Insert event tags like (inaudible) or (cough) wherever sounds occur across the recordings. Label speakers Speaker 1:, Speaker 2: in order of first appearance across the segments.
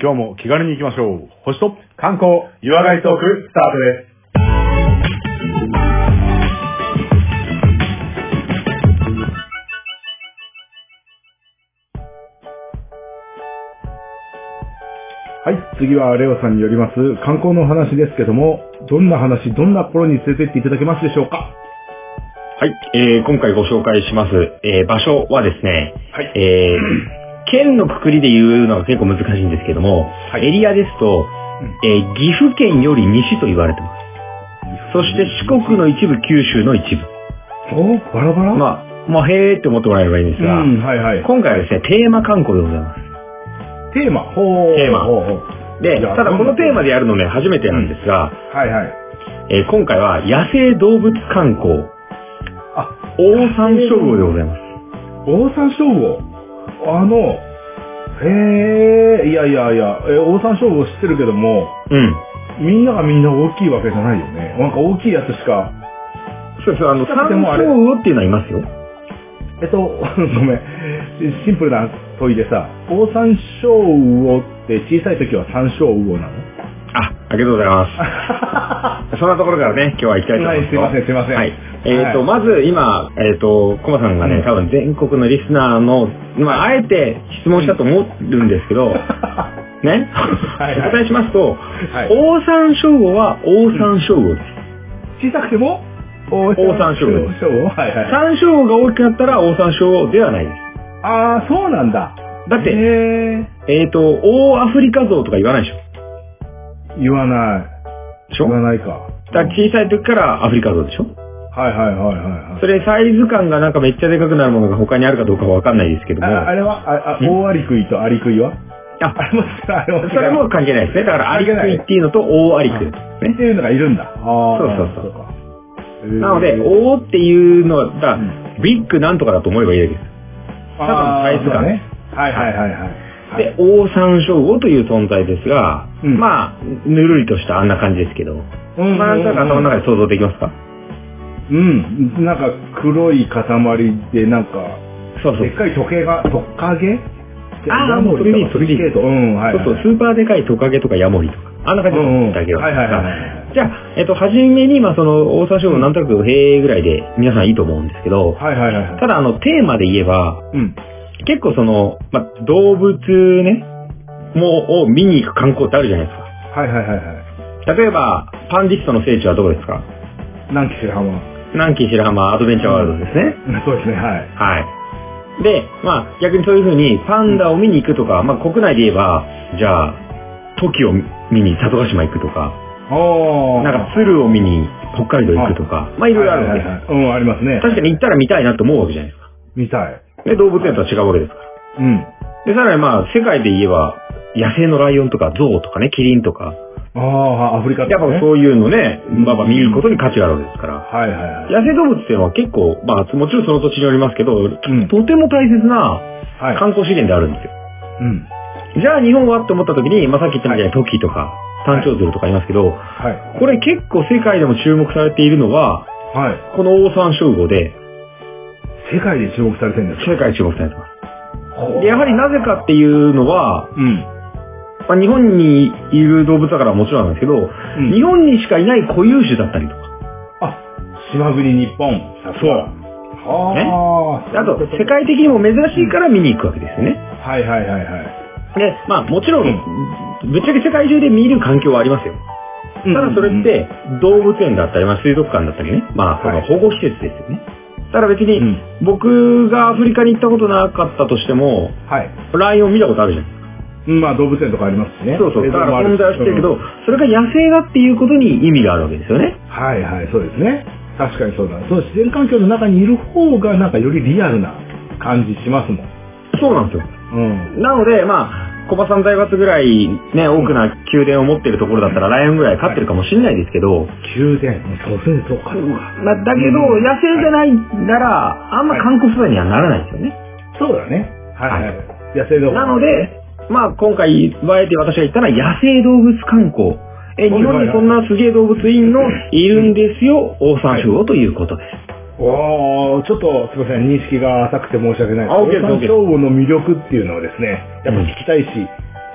Speaker 1: 今日も気軽に行きましょう。星と
Speaker 2: 観光、岩貝トーク、スタートです。
Speaker 1: はい、次はレオさんによります観光のお話ですけども、どんな話、どんな頃に連れてっていただけますでしょうか
Speaker 3: はい、えー今回ご紹介します、えー場所はですね、
Speaker 1: はい
Speaker 3: え (clears throat) ー県のくくりで言うのが結構難しいんですけども、エリアですと、えー岐阜県より西と言われてます。そして四国の一部、九州の一部。
Speaker 1: おバラバラ、
Speaker 3: まあ、もうへーって思ってもらえればいいんです
Speaker 1: う
Speaker 3: が、
Speaker 1: ん、はいはい。
Speaker 3: 今回はですね、テーマ観光でございます。
Speaker 1: テーマ、ほう。
Speaker 3: テーマ
Speaker 1: ほうほう
Speaker 3: で、
Speaker 1: じゃあ
Speaker 3: ただこのテーマでやるのね、初めてなんですが、
Speaker 1: はいはい。
Speaker 3: えー今回は野生動物観光、
Speaker 1: あ、
Speaker 3: オオサンショウウオでございます。
Speaker 1: オオサンショウウオ。あの、へえ、いやいやいや、え、オオサンショウウオ知ってるけども、
Speaker 3: うん。
Speaker 1: みんながみんな大きいわけじゃないよね。なんか大きいやつしか、
Speaker 3: そうそう、あの、サン
Speaker 1: で
Speaker 3: シ
Speaker 1: もあれ
Speaker 3: ョウウオっていうのはいますよ。
Speaker 1: えっと、 (laughs) ごめん。シンプルな問いでさ、オオサンショウウオって小さい時はサンショウウオなの
Speaker 3: あ、ありがとうござ
Speaker 1: (laughs)
Speaker 3: います。そんなところからね、今日は行きたいと思います。
Speaker 1: はいすいませんすいません
Speaker 3: はい。えっ、と、
Speaker 1: はい
Speaker 3: まず今、えっ、と、コマさんがね、
Speaker 1: うん
Speaker 3: 多分全国のリスナーの、まあ、あえて質問したと思るんですけど、 (laughs) ね、
Speaker 1: いはい
Speaker 3: お答えしますと、
Speaker 1: はい
Speaker 3: オオサンショウウオはオオサンショウウオです。
Speaker 1: 小さくてもオオ
Speaker 3: オオサンショウウオ
Speaker 1: サンショウウオはいはい。
Speaker 3: サンショウウオが大きくなったらオオサンショウウオではないです。
Speaker 1: あー、そうなんだ。
Speaker 3: だって
Speaker 1: へえ、
Speaker 3: えっ、と、オオアフリカゾウとか言わないでしょ。
Speaker 1: 言わない。
Speaker 3: でしょ
Speaker 1: 言わな
Speaker 3: だ
Speaker 1: いか。
Speaker 3: から小さい時からアフリカゾウでしょ
Speaker 1: はいはいはいはいはい。
Speaker 3: それサイズ感がなんかめっちゃでかくなるものが他にあるかどうかはわかんないですけども。
Speaker 1: ああれはああ、
Speaker 3: うん
Speaker 1: 大アリクイとアリクイは
Speaker 3: あ
Speaker 1: あれも、あれも違う、
Speaker 3: それも関係ないですね。だから、アリクイっていうのと、オオアリクイです
Speaker 1: って
Speaker 3: ね。
Speaker 1: いうのがいるんだ。ああ。
Speaker 3: そうそうそう
Speaker 1: か。
Speaker 3: なので、
Speaker 1: お
Speaker 3: オオっていうのは、だから
Speaker 1: うん
Speaker 3: ビッグなんとかだと思えばいいわけです。多分サイズ感
Speaker 1: ね。はいはいはいはい。はい
Speaker 3: で、オオサンショウウオという存在ですが、
Speaker 1: うん
Speaker 3: まあ、ぬるりとしたあんな感じですけど、
Speaker 1: うんうん
Speaker 3: まあ、なんとなく頭の中で想像できますか
Speaker 1: うん。なんか黒い塊で、なんか、
Speaker 3: そうそう
Speaker 1: でっ。かい時計が、トカゲ
Speaker 3: あー
Speaker 1: ダンボールとか
Speaker 3: それでいい
Speaker 1: スケートうん、はい、
Speaker 3: そう
Speaker 1: はい。
Speaker 3: そう、スーパーでかいトカゲとかヤモリとか、あんな感じ
Speaker 1: うんうん
Speaker 3: のだけど。
Speaker 1: はいはいはいはい
Speaker 3: じゃあ、えっと、初めに、まあ、その、オオサンショウウオなんとなく、へーぐらいで、皆さんいいと思うんですけど、
Speaker 1: はいはいはいはい。
Speaker 3: ただ、あの、テーマで言えば、
Speaker 1: うん。
Speaker 3: 結構その、まあ、動物ね、もう、を見に行く観光ってあるじゃないです
Speaker 1: はいはいはいはい。
Speaker 3: か。例えば、パンディストの聖地はどこですか
Speaker 1: 南紀白浜。
Speaker 3: 南紀白浜アドベンチャーワールドですね。
Speaker 1: そうですね、はい。
Speaker 3: はい。で、まあ、逆にそういう風に、パンダを見に行くとか、まあ、国内で言えば、じゃあ、トキを見に佐渡島行くとか、
Speaker 1: おー。
Speaker 3: なんか鶴を見に北海道行くとか、まあ、いろいろあるわけです。
Speaker 1: はいはいはいうん、ありますね。
Speaker 3: 確かに行ったら見たいなと思うわけじゃないですか。
Speaker 1: 見たい。
Speaker 3: で、動物園とは違うわけですから。
Speaker 1: うん。
Speaker 3: で、さらにまあ、世界で言えば、野生のライオンとか、ゾウとかね、キリンとか、
Speaker 1: ああ、アフリカと
Speaker 3: やっ
Speaker 1: か
Speaker 3: ぱ
Speaker 1: ね。
Speaker 3: そういうのね、
Speaker 1: うん
Speaker 3: まあまあ見ることに価値があるわけですから。
Speaker 1: はいはいはい。
Speaker 3: 野生動物っていうのは結構、まあもちろんその土地によりますけど、
Speaker 1: ん
Speaker 3: とても大切な
Speaker 1: はい。
Speaker 3: 観光資源であるんですよ。
Speaker 1: うん。
Speaker 3: じゃあ日本はって思った時に、まあさっき言ったみたいにトキとか、タンチョウズルとかいますけど、
Speaker 1: はい。
Speaker 3: これ結構世界でも注目されているのは、
Speaker 1: はい。
Speaker 3: このオオサンショウウオで、
Speaker 1: 世界で注目されてるんです
Speaker 3: 世界で注目されてま
Speaker 1: か
Speaker 3: す。でやはりなぜかっていうのは、
Speaker 1: うん。
Speaker 3: まあ、日本にいる動物だからもちろんなんですけど、
Speaker 1: うん
Speaker 3: 日本にしかいない固有種だったりとか、
Speaker 1: あ、島国日本。
Speaker 3: そう
Speaker 1: はあ、
Speaker 3: あと世界的にも珍しいから見に行くわけですよね。
Speaker 1: はいはいはいはい。
Speaker 3: で、まあもちろ、
Speaker 1: うん
Speaker 3: ぶっちゃけ世界中で見る環境はありますよ。ただそれっ、て、動物園だったり、まあ水族館だったりね、まあそ
Speaker 1: は
Speaker 3: の
Speaker 1: い
Speaker 3: 保護施設ですよね。ただ別
Speaker 1: う
Speaker 3: に
Speaker 1: ん、
Speaker 3: 僕がアフリカに行ったことなかったとしても、
Speaker 1: はい。
Speaker 3: ライオン見たことあるじゃないですか。
Speaker 1: うんまあ動物園とかありますしね。
Speaker 3: そうそう。
Speaker 1: 映
Speaker 3: だ
Speaker 1: 像もあ
Speaker 3: から存在はしてるけど、それが野生だっていうことに意味があるわけですよね。
Speaker 1: はいはい、そうですね。確かにそうだ。その自然環境の中にいる方がなんかよりリアルな感じしますもん。
Speaker 3: そうなんですよ。
Speaker 1: うん。
Speaker 3: なので、まあ、小バさん財閥ぐらいね、多くな宮殿を持ってるところだったらライオンぐらい飼ってるかもしれないですけど、
Speaker 1: 宮殿。そうですね、そうか。
Speaker 3: まあ、だけど、
Speaker 1: うん
Speaker 3: 野生じゃないなら、あんま観光素材にはならないですよね。
Speaker 1: そうだね。はいはい。野生動物。
Speaker 3: なので、まあ、今回、あえて私が言ったのは、野生動物観光。え、日
Speaker 1: はいはい
Speaker 3: 本にそんなすげえ動物院のいるんですよ、オオサンショウウオということです。
Speaker 1: おー、ちょっとすみません、認識が浅くて申し訳ない
Speaker 3: あ OK です
Speaker 1: オオサンショウウオの魅力っていうのはですね、やっぱ聞きたいし、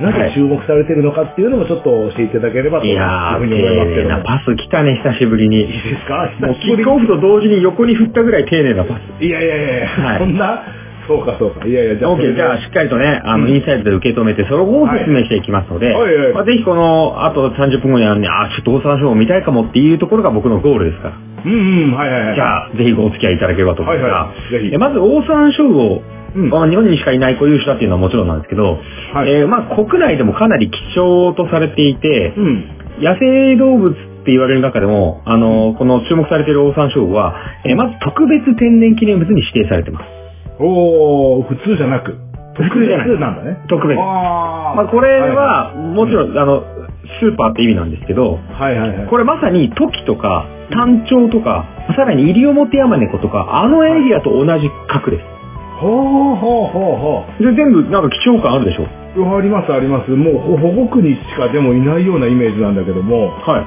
Speaker 1: なぜ注目されてるのかっていうのもちょっと教えていただければと
Speaker 3: い
Speaker 1: いう
Speaker 3: や
Speaker 1: ふ
Speaker 3: ー、
Speaker 1: う
Speaker 3: 丁
Speaker 1: に思いますけ
Speaker 3: 寧
Speaker 1: ど
Speaker 3: な
Speaker 1: も。
Speaker 3: パス来たね、久しぶりに。
Speaker 1: いいですか
Speaker 3: もう
Speaker 1: 久
Speaker 3: キ
Speaker 1: しぶり
Speaker 3: ックオフと同時に横に振ったぐらい丁寧なパス。
Speaker 1: いやいやいや、
Speaker 3: はい
Speaker 1: そんな、そうかそうか。いやいや、じゃあ、
Speaker 3: オーケー、じゃあしっかりとね、あの、
Speaker 1: うん
Speaker 3: インサイドで受け止めて、その後を説明していきますので、
Speaker 1: はいはいはい
Speaker 3: まあ、ぜひこの、あと30分後にあるね、あ、ちょっと大沢賞を見たいかもっていうところが僕のゴールですから。
Speaker 1: うんうん、はいはいはい。
Speaker 3: じゃあ、ぜひお付き合いいただければと思いますが、
Speaker 1: はいはいぜひ
Speaker 3: えまず、大沢賞を、
Speaker 1: うん
Speaker 3: まあ日本にしかいない固有種だっていうのはもちろんなんですけど、
Speaker 1: はい
Speaker 3: えーまあ国内でもかなり貴重とされていて、
Speaker 1: うん。
Speaker 3: 野生動物って言われる中でも、あのーこの注目されているオオサンショウウオは、えーまず特別天然記念物に指定されてます。
Speaker 1: おー、普通じゃなく。
Speaker 3: 普通じゃない
Speaker 1: 普通なんだね。
Speaker 3: 特別。
Speaker 1: あー
Speaker 3: まあ、これ、は、もちろん、あの、スーパーって意味なんですけど、
Speaker 1: はいはいはい。
Speaker 3: これまさにトキとか、単調とか、さらにイリオモテヤマネコとか、あのエリアと同じ角です。
Speaker 1: ほうほうほうほ
Speaker 3: で、全部なんか貴重感あるでしょ
Speaker 1: ううわ。ありますあります。もうほ保護区にしかでもいないようなイメージなんだけども、
Speaker 3: は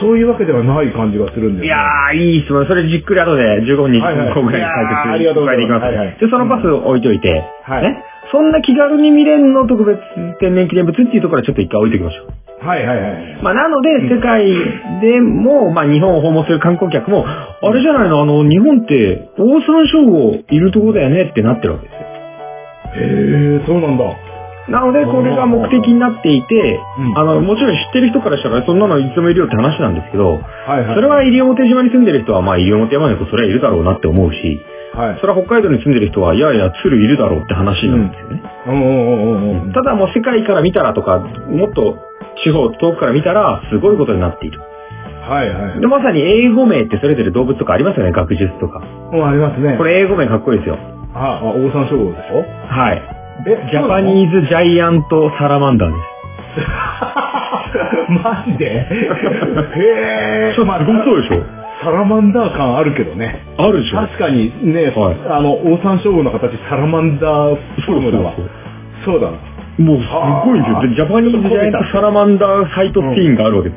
Speaker 1: そういうわけではない感じがするんですね
Speaker 3: いやー、いい質問。それじっくり後で15分、20分後ぐらいに
Speaker 1: はいはい
Speaker 3: 解
Speaker 1: あり
Speaker 3: 決
Speaker 1: がとうござ
Speaker 3: いっぱい
Speaker 1: い
Speaker 3: でき
Speaker 1: ま
Speaker 3: ます
Speaker 1: は
Speaker 3: すので
Speaker 1: いはい
Speaker 3: で、そのパスを置いといて、
Speaker 1: はい
Speaker 3: ね。そんな気軽に見れるの特別天然記念物っていうところはちょっと一回置いておきましょう。
Speaker 1: はいはいはい。
Speaker 3: まあ、なので、世界でも、まあ、日本を訪問する観光客も、あれじゃないの、あの、日本って、オオサンショウウオいるとこだよねってなってるわけですよ。
Speaker 1: へえ、そうなんだ。
Speaker 3: なので、これが目的になっていて
Speaker 1: う、ん
Speaker 3: あの、もちろん知ってる人からしたら、そんなのいつでもいるよって話なんですけど、
Speaker 1: はいはい。
Speaker 3: それは西表島に住んでる人は、まあ、西表山猫それはいるだろうなって思うし、
Speaker 1: はい。
Speaker 3: それは北海道に住んでる人は、いやいや、鶴いるだろうって話なんですよね。
Speaker 1: うんうんうんうんうん。
Speaker 3: ただもう世界から見たらとか、もっと地方、遠くから見たら、すごいことになっている。
Speaker 1: はいはい。
Speaker 3: で、まさに英語名ってそれぞれ動物とかありますよね、学術とか。
Speaker 1: うん、ありますね。
Speaker 3: こ。れ英語名かっこいいですよ。
Speaker 1: あ、あ、オオサンショウウオでしょ
Speaker 3: はい。
Speaker 1: え
Speaker 3: ジャパニーズジャイアントサラマンダーで
Speaker 1: (laughs) マジでへ
Speaker 3: す。
Speaker 1: え。まあ、
Speaker 3: (laughs) そうでし
Speaker 1: サラマンダー感あるけどね。
Speaker 3: ょあるでしょ
Speaker 1: 確かにね、
Speaker 3: はい
Speaker 1: あの、オオサンショウウオの形、サラマンダーフォームだわ。
Speaker 3: そう
Speaker 1: そうだな。
Speaker 3: もうすごいんですよ。でジャパニーズジャイアントサラマンダーサイトシーンがあるわけで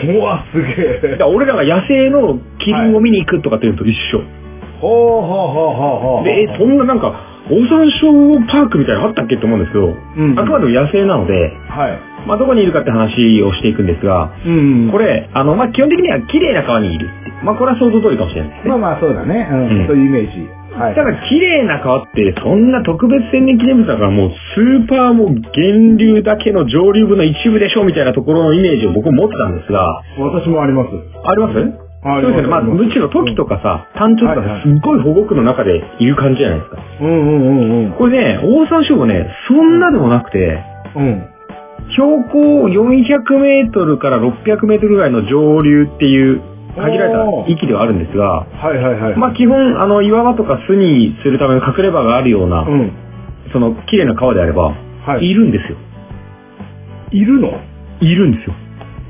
Speaker 3: すよ。
Speaker 1: うわ、すげ
Speaker 3: だ
Speaker 1: え
Speaker 3: か。ら俺らが野生のキリンを見に行くとかっていうのと一緒。
Speaker 1: ほうほうほうほうほう。
Speaker 3: で、え、そんななんか、オオサンショウウオパークみたいなのあったっけって思うんですけど、
Speaker 1: うん
Speaker 3: あくまでも野生なので、
Speaker 1: はい。
Speaker 3: まあ、どこにいるかって話をしていくんですが、
Speaker 1: うん
Speaker 3: これ、あの、まあ、基本的には綺麗な川にいるって。まあ、これは想像通りかもしれないですね。
Speaker 1: まあまあ、そうだね。うん。
Speaker 3: うん
Speaker 1: そういうイメージ。はい。
Speaker 3: ただ、綺麗な川って、そんな特別天然記念物だから、もう、スーパーも源流だけの上流部の一部でしょ、みたいなところのイメージを僕持ってたんですが、
Speaker 1: 私もあります。
Speaker 3: あります
Speaker 1: あ
Speaker 3: そうですよね。まあ、
Speaker 1: りす
Speaker 3: むしろ時とかさ、単調と
Speaker 1: はいは
Speaker 3: か
Speaker 1: い
Speaker 3: すっごい保護区の中でいる感じじゃないですか。
Speaker 1: うんうんうんうん。
Speaker 3: これね、大山省はね、そんなでもなくて、
Speaker 1: うん。
Speaker 3: 標高400メートルから600メートルぐらいの上流っていう限られた域ではあるんですが、
Speaker 1: はいはいはい。
Speaker 3: まあ基本、あの、岩場とか巣にするための隠れ場があるような、
Speaker 1: うん。
Speaker 3: その、綺麗な川であれば、、
Speaker 1: はいい。
Speaker 3: るんですよ。
Speaker 1: いるの
Speaker 3: いるんですよ。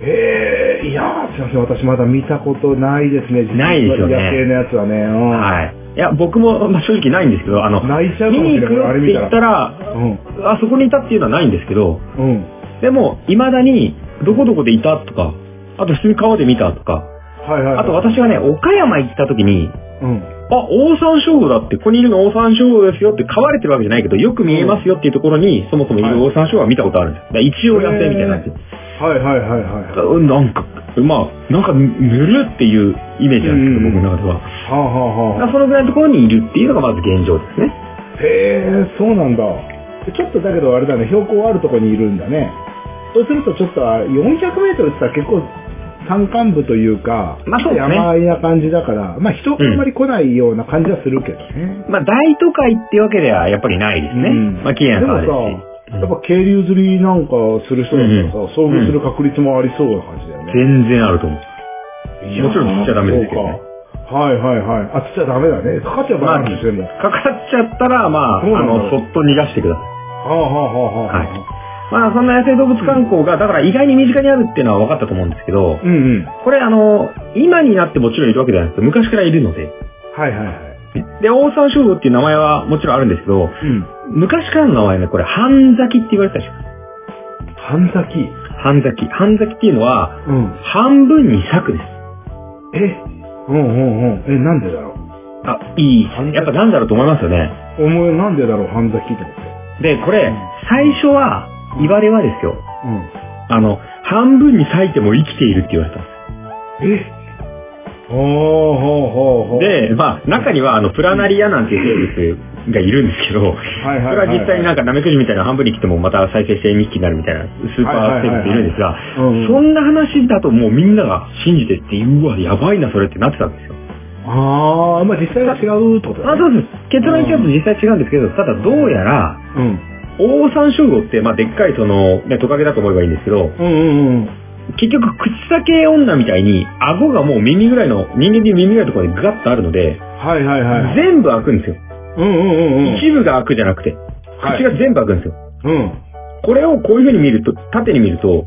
Speaker 1: ええいやー、すいません、私まだ見たことないですね、
Speaker 3: ないですよね
Speaker 1: 野生のやつはね。うん
Speaker 3: はい。いや、僕も、まあ正直ないんですけど、あの、
Speaker 1: 泣いちゃうか
Speaker 3: 見
Speaker 1: もし
Speaker 3: に
Speaker 1: れ
Speaker 3: 行
Speaker 1: ない、
Speaker 3: くよ
Speaker 1: あ
Speaker 3: っ
Speaker 1: れ
Speaker 3: て
Speaker 1: 見た
Speaker 3: 言った
Speaker 1: ら。
Speaker 3: ら、
Speaker 1: うん。
Speaker 3: あそこにいたっていうのはないんですけど、
Speaker 1: うん。
Speaker 3: でも、未だに、どこどこでいたとか、あと普通に川で見たとか、
Speaker 1: はいはい。
Speaker 3: あと、私がね、岡山行った時に、
Speaker 1: うん。
Speaker 3: あ、オ山ショウウオだって、ここにいるのオ山ショウウオですよって、飼われてるわけじゃないけど、よく見えますよっていうところに、そもそもいるオ山ショウウオは見たことあるんですよ。だから一応野生みたいになってる。
Speaker 1: はいはいはいはい。は
Speaker 3: うんなんか、まあ、なんか、ぬるっていうイメージなんですけど、
Speaker 1: うん
Speaker 3: 僕の中では。
Speaker 1: あはあ
Speaker 3: だ
Speaker 1: は
Speaker 3: か
Speaker 1: あ。
Speaker 3: らそのぐらいのところにいるっていうのがまず現状ですね。
Speaker 1: へえ、そうなんだ。ちょっとだけどあれだね、標高あるとこにいるんだね。そうするとちょっと400メートルって言ったら結構山間部というか、
Speaker 3: まあそうですね
Speaker 1: 山あいな感じだから、まあ人があんまり来ないような感じはするけどね。
Speaker 3: まあ、大都会ってわけではやっぱりないですね。
Speaker 1: うん
Speaker 3: まあ、綺麗な川ですし。
Speaker 1: でもさ、やっぱ渓流釣りなんかする人だったらさ、
Speaker 3: う
Speaker 1: 遭
Speaker 3: ん
Speaker 1: 遇する確率もありそうな感じだよね。
Speaker 3: 全然あると思う。
Speaker 1: いやー
Speaker 3: もちろん釣っちゃダメですけどね
Speaker 1: そうかはいはいはい。あ、釣っちゃダメだね。かかっちゃダメなんですよ、もう。
Speaker 3: かかっちゃったら、まあ、あ
Speaker 1: そうなんだ
Speaker 3: の、そっと逃がしてください。
Speaker 1: はあはあはあはあ。
Speaker 3: はいまあ、そんな野生動物観光が、だから意外に身近にあるっていうのは分かったと思うんですけど、
Speaker 1: うんうん。
Speaker 3: これあの、今になってもちろんいるわけじゃなくて、昔からいるので。
Speaker 1: はいはいはい。
Speaker 3: で、オオサンショウウオっていう名前はもちろんあるんですけど、
Speaker 1: うん。
Speaker 3: 昔からの名前ね、これ、半咲きって言われてたでしょ。
Speaker 1: 半咲き。
Speaker 3: 半咲き。半咲きっていうのは、
Speaker 1: うん。
Speaker 3: 半分に咲くです。
Speaker 1: えうんうんうん。え、なんでだろ
Speaker 3: あ、いい。やっぱなんだろうと思いますよね。
Speaker 1: うお前なんでだろう半咲きって思って。
Speaker 3: で、これ、最初は、いわれはですよ、
Speaker 1: うん。
Speaker 3: あの、半分に割いても生きているって言われたんで
Speaker 1: えほうほうほうほう。
Speaker 3: す。で、まあ、中には、あの、プラナリアなんていう生物がいるんですけど、
Speaker 1: はい
Speaker 3: そ
Speaker 1: はい
Speaker 3: れ
Speaker 1: は
Speaker 3: はい
Speaker 1: はい
Speaker 3: 実際になんかナメクジみたいなの半分に切ってもまた再生して2匹になるみたいなスーパー生物いるんですが、
Speaker 1: うんうん
Speaker 3: そんな話だともうみんなが信じてって、うわ、やばいな、それってなってたんですよ。
Speaker 1: ああ、まあ実際は違うってこと
Speaker 3: まあ、
Speaker 1: だ、ね。
Speaker 3: そうです。結論言っちゃうと実際違うんですけど、ただどうやら、
Speaker 1: うん。
Speaker 3: オオサンショウウオって、まあ、でっかいその、ね、トカゲだと思えばいいんですけど、
Speaker 1: うんうんうん。
Speaker 3: 結局、口裂け女みたいに、顎がもう耳ぐらいの、人間でいう耳ぐらいのところにガッとあるので、
Speaker 1: はいはいはい。
Speaker 3: 全部開くんですよ。
Speaker 1: うんうんうんうん。
Speaker 3: 一部が開くじゃなくて、
Speaker 1: はい
Speaker 3: 口が全部開くんですよ。
Speaker 1: うん。
Speaker 3: これをこういう風に見ると、縦に見ると、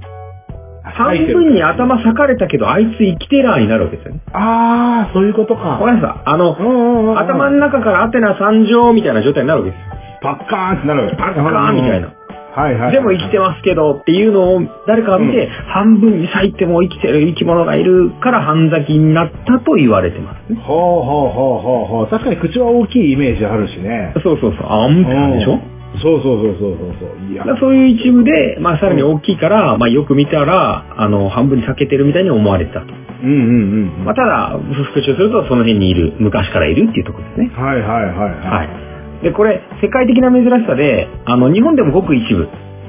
Speaker 3: 半分に頭裂かれたけど、あいつ生きてらーになるわけですよね。
Speaker 1: ああ、そういうこと
Speaker 3: わか
Speaker 1: か。
Speaker 3: りますあの
Speaker 1: う、んうんうん。
Speaker 3: 頭の中からアテナ参上みたいな状態になるわけです。
Speaker 1: パッカーンってなる。
Speaker 3: パッカーンみたいな。
Speaker 1: はいはい。
Speaker 3: でも生きてますけどっていうのを誰かが見て、半分に裂いても生きてる生き物がいるから半咲きになったと言われてますね。
Speaker 1: ほうほうほうほうほう。確かに口は大きいイメージあるしね。
Speaker 3: そうそうそう。あんってなんでしょ
Speaker 1: そうそうそうそうそうそう。いや
Speaker 3: だか。らそういう一部で、まあさらに大きいから、まあよく見たら、あの、半分に裂けてるみたいに思われてたと。
Speaker 1: うんうんうん。
Speaker 3: まあただ、復習するとその辺にいる、昔からいるっていうところですね。
Speaker 1: はいはいはいは。
Speaker 3: はいい。で、これ、世界的な珍しさで、あの、日本でもごく一部。
Speaker 1: う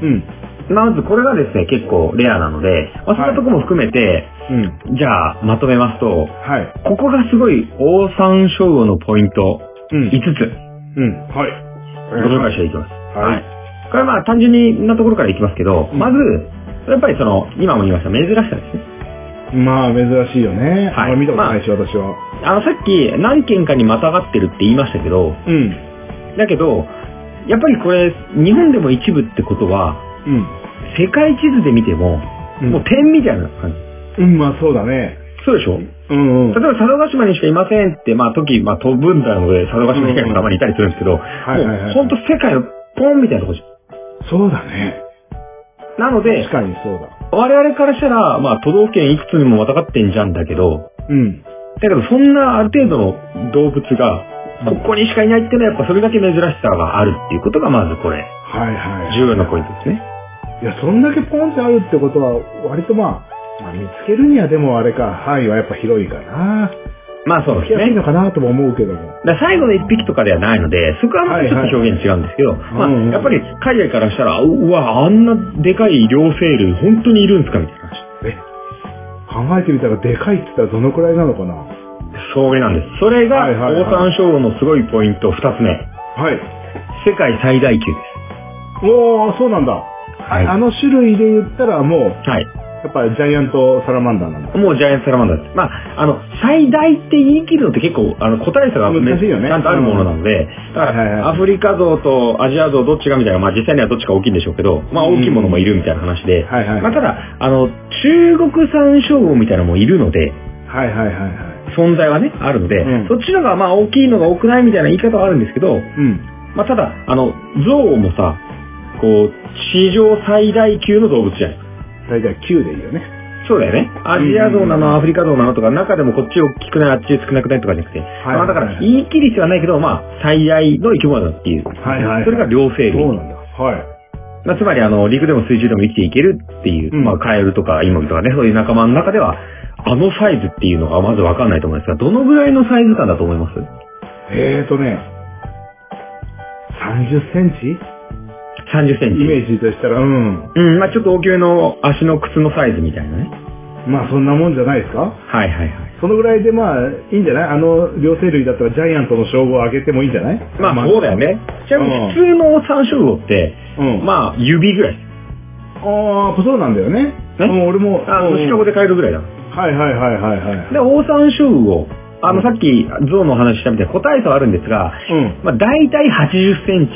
Speaker 1: ん。
Speaker 3: まずこれがですね、結構レアなので、まあそういったところも含めて、
Speaker 1: うん。
Speaker 3: じゃあ、まとめますと、
Speaker 1: はい。
Speaker 3: ここがすごい、オオサンショウウオのポイント、
Speaker 1: うん
Speaker 3: 5つ、
Speaker 1: うん。はい。
Speaker 3: ご紹介していきます。
Speaker 1: はい
Speaker 3: これはまあ単純になところからいきますけど、
Speaker 1: うん
Speaker 3: まず、やっぱりその、今も言いました、珍しさですね。
Speaker 1: まあ、珍しいよね。
Speaker 3: は
Speaker 1: はいい。見たことないし、私は。
Speaker 3: あの、さっき、何件かにまたがってるって言いましたけど、
Speaker 1: うん。
Speaker 3: だけど、やっぱりこれ、日本でも一部ってことは、
Speaker 1: うん。
Speaker 3: 世界地図で見ても、
Speaker 1: うん
Speaker 3: もう点みたいな感じ。
Speaker 1: うん、まあ、そうだね。
Speaker 3: そうでしょ
Speaker 1: うんうん
Speaker 3: 例え。ば、佐渡島にしかいませんって、まあ、時、まあ、飛ぶんだので、佐渡島以外もたまにいたりするんですけど、も
Speaker 1: はいはいは
Speaker 3: う、
Speaker 1: い
Speaker 3: ほんと世界のポンみたいなとこじゃん
Speaker 1: そうだね。
Speaker 3: なので
Speaker 1: 確、かにそうだ。
Speaker 3: 我々からしたら、まあ、都道府県いくつにもまたがってんじゃんだけど、
Speaker 1: うん。
Speaker 3: だけど、そんなある程度の動物が、ここにしかいないっていうのは、やっぱそれだけ珍しさがあるっていうことが、まずこれ、
Speaker 1: はいはい。
Speaker 3: 重要なポイントですね。
Speaker 1: いや、そんだけポンってあるってことは、割とまあ、まあ見つけるにはでもあれか、範囲はやっぱ広いかな。
Speaker 3: まあ、そう
Speaker 1: 見つけ
Speaker 3: です
Speaker 1: やすい
Speaker 3: ね。
Speaker 1: のかなとも思うけども。
Speaker 3: だから最後の一匹とかではないので、そこはまたちょっと表現違うんですけど、まあ
Speaker 1: うんうん、
Speaker 3: やっぱり海外からしたら、うわ、あんなでかい両生類、本当にいるんですかみたいな
Speaker 1: え、
Speaker 3: 話。
Speaker 1: 考えてみたらでかいって言ったらどのくらいなのかなは
Speaker 3: それなんです。それが、
Speaker 1: はいはいはい
Speaker 3: オオサンショウウオのすごいポイント、二つ目。
Speaker 1: い。
Speaker 3: 世界最大級で
Speaker 1: おー、そうなんだ。
Speaker 3: い
Speaker 1: あの種類で言ったらもう、
Speaker 3: す。はい。
Speaker 1: やっぱジャイアントサラマンダーなんだ。
Speaker 3: もうジャイアントサラマンダーです。まあ、あの、最大って言い切るのって結構、あの、個体差が
Speaker 1: 難しいよね
Speaker 3: ちゃんとあるものなので、だ
Speaker 1: は
Speaker 3: か
Speaker 1: いはいはい
Speaker 3: ら、アフリカ像とアジア像どっちがみたいな、まあ実際にはどっちか大きいんでしょうけど、まあ
Speaker 1: うん
Speaker 3: 大きいものもいるみたいな話で、
Speaker 1: はいはい
Speaker 3: まあただ、あの、中国産ショウウオみたいなのもいるので、
Speaker 1: はいはいはいはい。
Speaker 3: 存在はね、あるので、
Speaker 1: うん
Speaker 3: そっちのがまあ大きいのが多くないみたいな言い方はあるんですけど、
Speaker 1: うん。
Speaker 3: まあ、ただ、あの、ゾウもさ、こう、史上最大級の動物じゃない
Speaker 1: 大体9でいいよね。
Speaker 3: そうだよね。アジアゾウ
Speaker 1: うんうんう
Speaker 3: なの、
Speaker 1: ん
Speaker 3: アフリカゾウなのとか、中でもこっち大きくない、あっち少なくないとかじゃなくて、
Speaker 1: い
Speaker 3: まあだから、言い切りではないけど、まあ、最大の生き物だっていう。
Speaker 1: はいはいはい
Speaker 3: それが両生
Speaker 1: そう
Speaker 3: 類。
Speaker 1: なんだ。はい。
Speaker 3: まあつまり、あの、陸でも水中でも生きていけるっていう、
Speaker 1: うん
Speaker 3: まあ、カエルとかイモリとかね、そういう仲間の中では、あのサイズっていうのがまずわかんないと思うんですが、どのぐらいのサイズ感だと思います
Speaker 1: えーとね、30センチ
Speaker 3: ?30 セン
Speaker 1: イ
Speaker 3: チ。
Speaker 1: メージとしたら、うん。
Speaker 3: うん、まあちょっと大きめの足の靴のサイズみたいなね。
Speaker 1: まあそんなもんじゃないですか
Speaker 3: はいはいはい。
Speaker 1: そのぐらいでまあ、いいんじゃないあの、両生類だったらジャイアントの称号を上げてもいいんじゃない
Speaker 3: まあそうだよ。ね。ちなみに普通のオオサンショウウオって、
Speaker 1: うん。ま
Speaker 3: まあ指ぐらいです。
Speaker 1: あー、そうなんだよね。うん、俺も。
Speaker 3: あ
Speaker 1: う
Speaker 3: の、
Speaker 1: ん
Speaker 3: シカゴで買えるぐらいだ。
Speaker 1: はいはいはいはいはい。
Speaker 3: で、オオサンショウウオ、あの、さっきゾウのお話ししたみたいな個体差はあるんですが、
Speaker 1: うん。
Speaker 3: まあ大体80センチ。